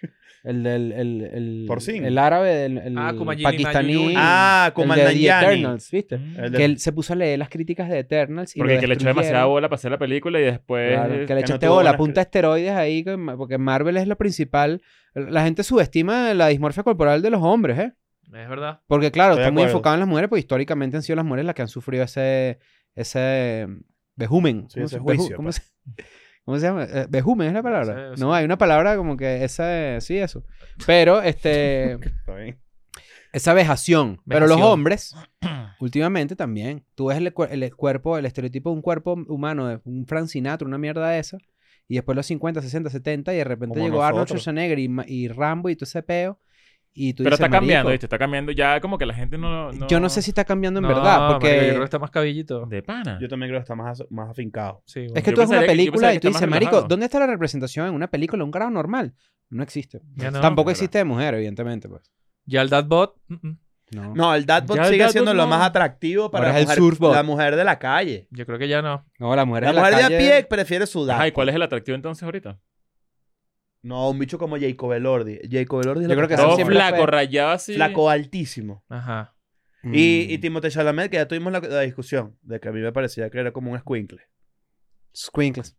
[SPEAKER 4] el del. El, el,
[SPEAKER 3] Por sí.
[SPEAKER 4] el árabe, el, el
[SPEAKER 2] Ah, Kumail
[SPEAKER 4] pakistaní.
[SPEAKER 2] Nanjiani.
[SPEAKER 3] Ah,
[SPEAKER 4] el
[SPEAKER 3] como
[SPEAKER 4] de The
[SPEAKER 3] Nanyani.
[SPEAKER 4] Eternals, ¿viste?
[SPEAKER 3] El
[SPEAKER 1] Mm.
[SPEAKER 3] de-
[SPEAKER 4] Que él se puso a leer las críticas de Eternals. Y
[SPEAKER 1] Porque
[SPEAKER 4] lo
[SPEAKER 1] que le echó
[SPEAKER 4] destruyeron.
[SPEAKER 1] demasiada bola eh, para hacer la película y después...
[SPEAKER 4] Claro, que le
[SPEAKER 3] no
[SPEAKER 4] echaste
[SPEAKER 3] tuvo
[SPEAKER 4] bola,
[SPEAKER 3] buenas
[SPEAKER 4] punta de esteroides ahí, que ma- porque Marvel es lo principal. La gente subestima la dismorfia corporal de los hombres, ¿eh?
[SPEAKER 2] Es verdad.
[SPEAKER 4] Porque, claro,
[SPEAKER 3] Estoy de
[SPEAKER 4] está muy
[SPEAKER 3] acuerdo.
[SPEAKER 4] enfocado en las mujeres, pues históricamente han sido las mujeres las que han sufrido ese. ese. mm, vejumen.
[SPEAKER 3] Sí, ese
[SPEAKER 4] se-
[SPEAKER 3] juicio,
[SPEAKER 4] veju- ¿cómo
[SPEAKER 3] pues.
[SPEAKER 4] se, cómo se llama? Eh, vejumen es la palabra.
[SPEAKER 2] Sí, sí.
[SPEAKER 4] No, hay una palabra como que esa. sí, eso. Pero, este.
[SPEAKER 3] Está bien.
[SPEAKER 4] esa vejación. Pero los
[SPEAKER 1] (clears throat)
[SPEAKER 2] Vejación.
[SPEAKER 4] hombres, últimamente también, tú ves el, cuer- el cuerpo, el estereotipo de un cuerpo humano, de un Frank Sinatra, una mierda de esa, y después los 50, 60, 70, y de repente
[SPEAKER 3] Como
[SPEAKER 4] llegó Arnold
[SPEAKER 3] nosotros.
[SPEAKER 4] Schwarzenegger y, Ma- y Rambo y todo ese peo, y tú
[SPEAKER 1] Pero
[SPEAKER 4] dices,
[SPEAKER 1] está cambiando,
[SPEAKER 4] "Marico,
[SPEAKER 1] ¿viste? Está cambiando ya como que la gente no... no...
[SPEAKER 4] Yo no sé si está cambiando en
[SPEAKER 2] No,
[SPEAKER 4] verdad, porque...
[SPEAKER 2] marico, yo creo que está más cabellito.
[SPEAKER 1] De pana.
[SPEAKER 3] Yo también creo que está más, as- más afincado.
[SPEAKER 2] Sí, bueno.
[SPEAKER 4] Es que
[SPEAKER 1] Yo
[SPEAKER 4] tú ves una
[SPEAKER 1] pensaría que- yo
[SPEAKER 4] película
[SPEAKER 1] pensaría
[SPEAKER 4] y
[SPEAKER 1] que
[SPEAKER 4] tú
[SPEAKER 1] está más
[SPEAKER 4] dices, marico,
[SPEAKER 1] relajado".
[SPEAKER 4] ¿dónde está la representación en una película de un grado normal? No existe.
[SPEAKER 2] Ya no,
[SPEAKER 4] Tampoco
[SPEAKER 1] ¿verdad?
[SPEAKER 4] existe de mujer, evidentemente, pues.
[SPEAKER 2] Ya el Dadbot. mm, mm.
[SPEAKER 4] No.
[SPEAKER 3] No, el
[SPEAKER 1] Ya
[SPEAKER 3] Dadbot
[SPEAKER 1] el
[SPEAKER 3] sigue
[SPEAKER 1] Dadbot
[SPEAKER 3] siendo lo
[SPEAKER 1] no.
[SPEAKER 3] más atractivo para
[SPEAKER 4] Ahora
[SPEAKER 3] la
[SPEAKER 4] es el
[SPEAKER 3] mujer,
[SPEAKER 4] surfbot.
[SPEAKER 3] la mujer de la calle.
[SPEAKER 2] Yo creo que ya no.
[SPEAKER 4] No, la mujer,
[SPEAKER 3] La
[SPEAKER 4] en la
[SPEAKER 3] mujer de
[SPEAKER 4] calle-
[SPEAKER 3] a pie prefiere sudar.
[SPEAKER 1] Ajá, ¿y cuál es el atractivo entonces ahorita?
[SPEAKER 3] No, un bicho como Jacob Elordi. Jacob Elordi es
[SPEAKER 4] Yo
[SPEAKER 3] lo
[SPEAKER 4] creo que
[SPEAKER 3] está
[SPEAKER 4] eso
[SPEAKER 1] Todo
[SPEAKER 4] siempre
[SPEAKER 3] haciendo.
[SPEAKER 1] flaco,
[SPEAKER 4] fue-
[SPEAKER 1] rayado así.
[SPEAKER 3] flaco altísimo.
[SPEAKER 2] Ajá.
[SPEAKER 3] Y, y
[SPEAKER 4] Mm.
[SPEAKER 3] Timothée Chalamet, que ya tuvimos la, la discusión de que a mí me parecía que era como un escuincle.
[SPEAKER 4] Squinkles.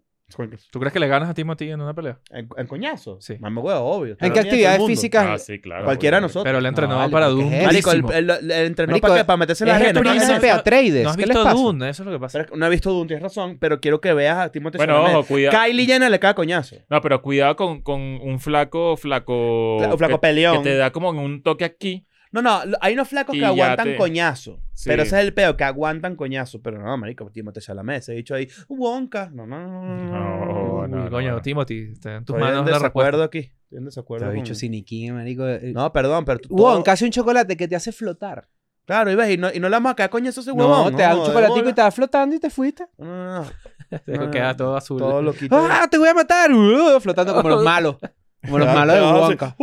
[SPEAKER 2] ¿Tú crees que le ganas a Timothy en una pelea?
[SPEAKER 3] ¿En, en coñazo?
[SPEAKER 2] Sí.
[SPEAKER 3] Mamá huevo, obvio.
[SPEAKER 4] ¿En qué actividades físicas?
[SPEAKER 1] Ah, sí, claro.
[SPEAKER 3] Cualquiera de
[SPEAKER 1] porque-
[SPEAKER 3] nosotros.
[SPEAKER 2] Pero le entrenó
[SPEAKER 4] No, vale,
[SPEAKER 2] para
[SPEAKER 4] porque
[SPEAKER 2] Doom.
[SPEAKER 4] es él.
[SPEAKER 3] Marico, el,
[SPEAKER 2] durísimo.
[SPEAKER 3] el- el entrenó
[SPEAKER 4] Marico,
[SPEAKER 3] para, que- para meterse la
[SPEAKER 4] Es el
[SPEAKER 3] arena.
[SPEAKER 2] no,
[SPEAKER 4] príncipe
[SPEAKER 2] no, no.
[SPEAKER 4] Atreides.
[SPEAKER 2] ¿No has
[SPEAKER 4] ¿Qué les
[SPEAKER 2] visto
[SPEAKER 4] pasa?
[SPEAKER 2] Dune? Eso es lo que pasa.
[SPEAKER 3] No he visto Dune, tienes razón, pero quiero que veas a Timothée
[SPEAKER 1] Bueno,
[SPEAKER 3] Chalamet.
[SPEAKER 1] ojo, cuidado.
[SPEAKER 3] Kylie Jenner le cae coñazo.
[SPEAKER 1] No, pero cuidado con, con un flaco, flaco...
[SPEAKER 3] Fla-
[SPEAKER 1] que-
[SPEAKER 3] flaco
[SPEAKER 1] que,
[SPEAKER 3] peleón.
[SPEAKER 1] te da como un toque aquí.
[SPEAKER 3] No, no, lo- hay unos flacos
[SPEAKER 1] Y
[SPEAKER 3] que
[SPEAKER 1] ya
[SPEAKER 3] aguantan
[SPEAKER 1] te-
[SPEAKER 3] coñazo.
[SPEAKER 1] Sí.
[SPEAKER 3] Pero ese es el peo, que aguantan coñazo. Pero no, marico, Timothée Chalamet, se ha dicho ahí, Wonka. No, no, no, no, no. no.
[SPEAKER 1] No,
[SPEAKER 2] Uy,
[SPEAKER 1] no, no,
[SPEAKER 2] coño,
[SPEAKER 1] no.
[SPEAKER 2] Timothy, está en tus
[SPEAKER 3] Estoy en
[SPEAKER 2] manos la
[SPEAKER 3] desacuerdo
[SPEAKER 2] respuesta.
[SPEAKER 3] aquí. Estoy
[SPEAKER 4] Te
[SPEAKER 3] en desacuerdo.
[SPEAKER 4] lo he
[SPEAKER 3] con-
[SPEAKER 4] dicho siniquín, marico. eh,
[SPEAKER 3] No, perdón, pero... tú-
[SPEAKER 4] Huevón,
[SPEAKER 3] todo-
[SPEAKER 4] casi un chocolate que te hace flotar.
[SPEAKER 3] Claro, y ves, y no, y no le vamos a caer coñazo a ese
[SPEAKER 4] No,
[SPEAKER 3] huevón.
[SPEAKER 4] te da un chocolatico
[SPEAKER 3] de
[SPEAKER 4] y te va flotando y te fuiste.
[SPEAKER 3] bola. No, no, no.
[SPEAKER 2] Digo, Queda todo azul.
[SPEAKER 3] Ah,
[SPEAKER 4] (laughs)
[SPEAKER 3] Todo lo quito.
[SPEAKER 4] ¡Ah, te voy a matar! Uh, flotando como los malos. Como los malos de Wonka.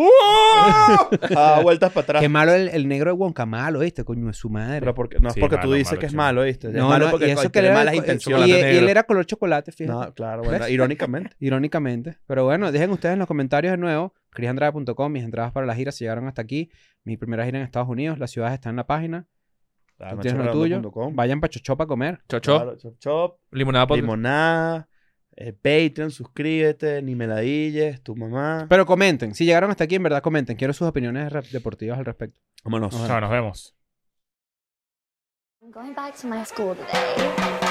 [SPEAKER 3] Ah, vueltas para atrás.
[SPEAKER 4] Qué malo el, el negro de Wonka, malo, ¿viste? Coño, es su madre.
[SPEAKER 3] Pero porque, no es
[SPEAKER 1] Sí,
[SPEAKER 3] porque tú
[SPEAKER 1] malo,
[SPEAKER 3] dices
[SPEAKER 1] malo,
[SPEAKER 3] que es
[SPEAKER 1] sí.
[SPEAKER 3] malo, ¿viste? Es
[SPEAKER 4] No,
[SPEAKER 3] malo
[SPEAKER 4] no,
[SPEAKER 3] porque
[SPEAKER 4] y eso
[SPEAKER 3] coño,
[SPEAKER 4] que él
[SPEAKER 3] tiene
[SPEAKER 4] era-
[SPEAKER 3] malas
[SPEAKER 4] y-
[SPEAKER 3] intenciones.
[SPEAKER 4] Y,
[SPEAKER 2] Chocolate
[SPEAKER 4] y él
[SPEAKER 2] negro.
[SPEAKER 4] era color chocolate, fíjate.
[SPEAKER 3] No, claro, bueno, irónicamente.
[SPEAKER 4] Irónicamente. Pero bueno, dejen ustedes en los comentarios de nuevo. chrisandrada.com, mis entradas para la gira se llegaron hasta aquí. Mi primera gira en Estados Unidos. Las ciudades están en la página. Tú tienes lo tuyo.
[SPEAKER 3] Chocolateando.com.
[SPEAKER 4] Vayan para Chochop a comer.
[SPEAKER 2] Chocho,
[SPEAKER 3] Claro, Chop Chop,
[SPEAKER 2] limonada podcast.
[SPEAKER 3] Limonada, eh, Patreon, suscríbete, ni meladilles, tu mamá.
[SPEAKER 4] Pero comenten. Si llegaron hasta aquí, en verdad comenten. Quiero sus opiniones re- deportivas al respecto.
[SPEAKER 3] Vámonos.
[SPEAKER 1] Chao, nos vemos.
[SPEAKER 5] I'm going back to my school today.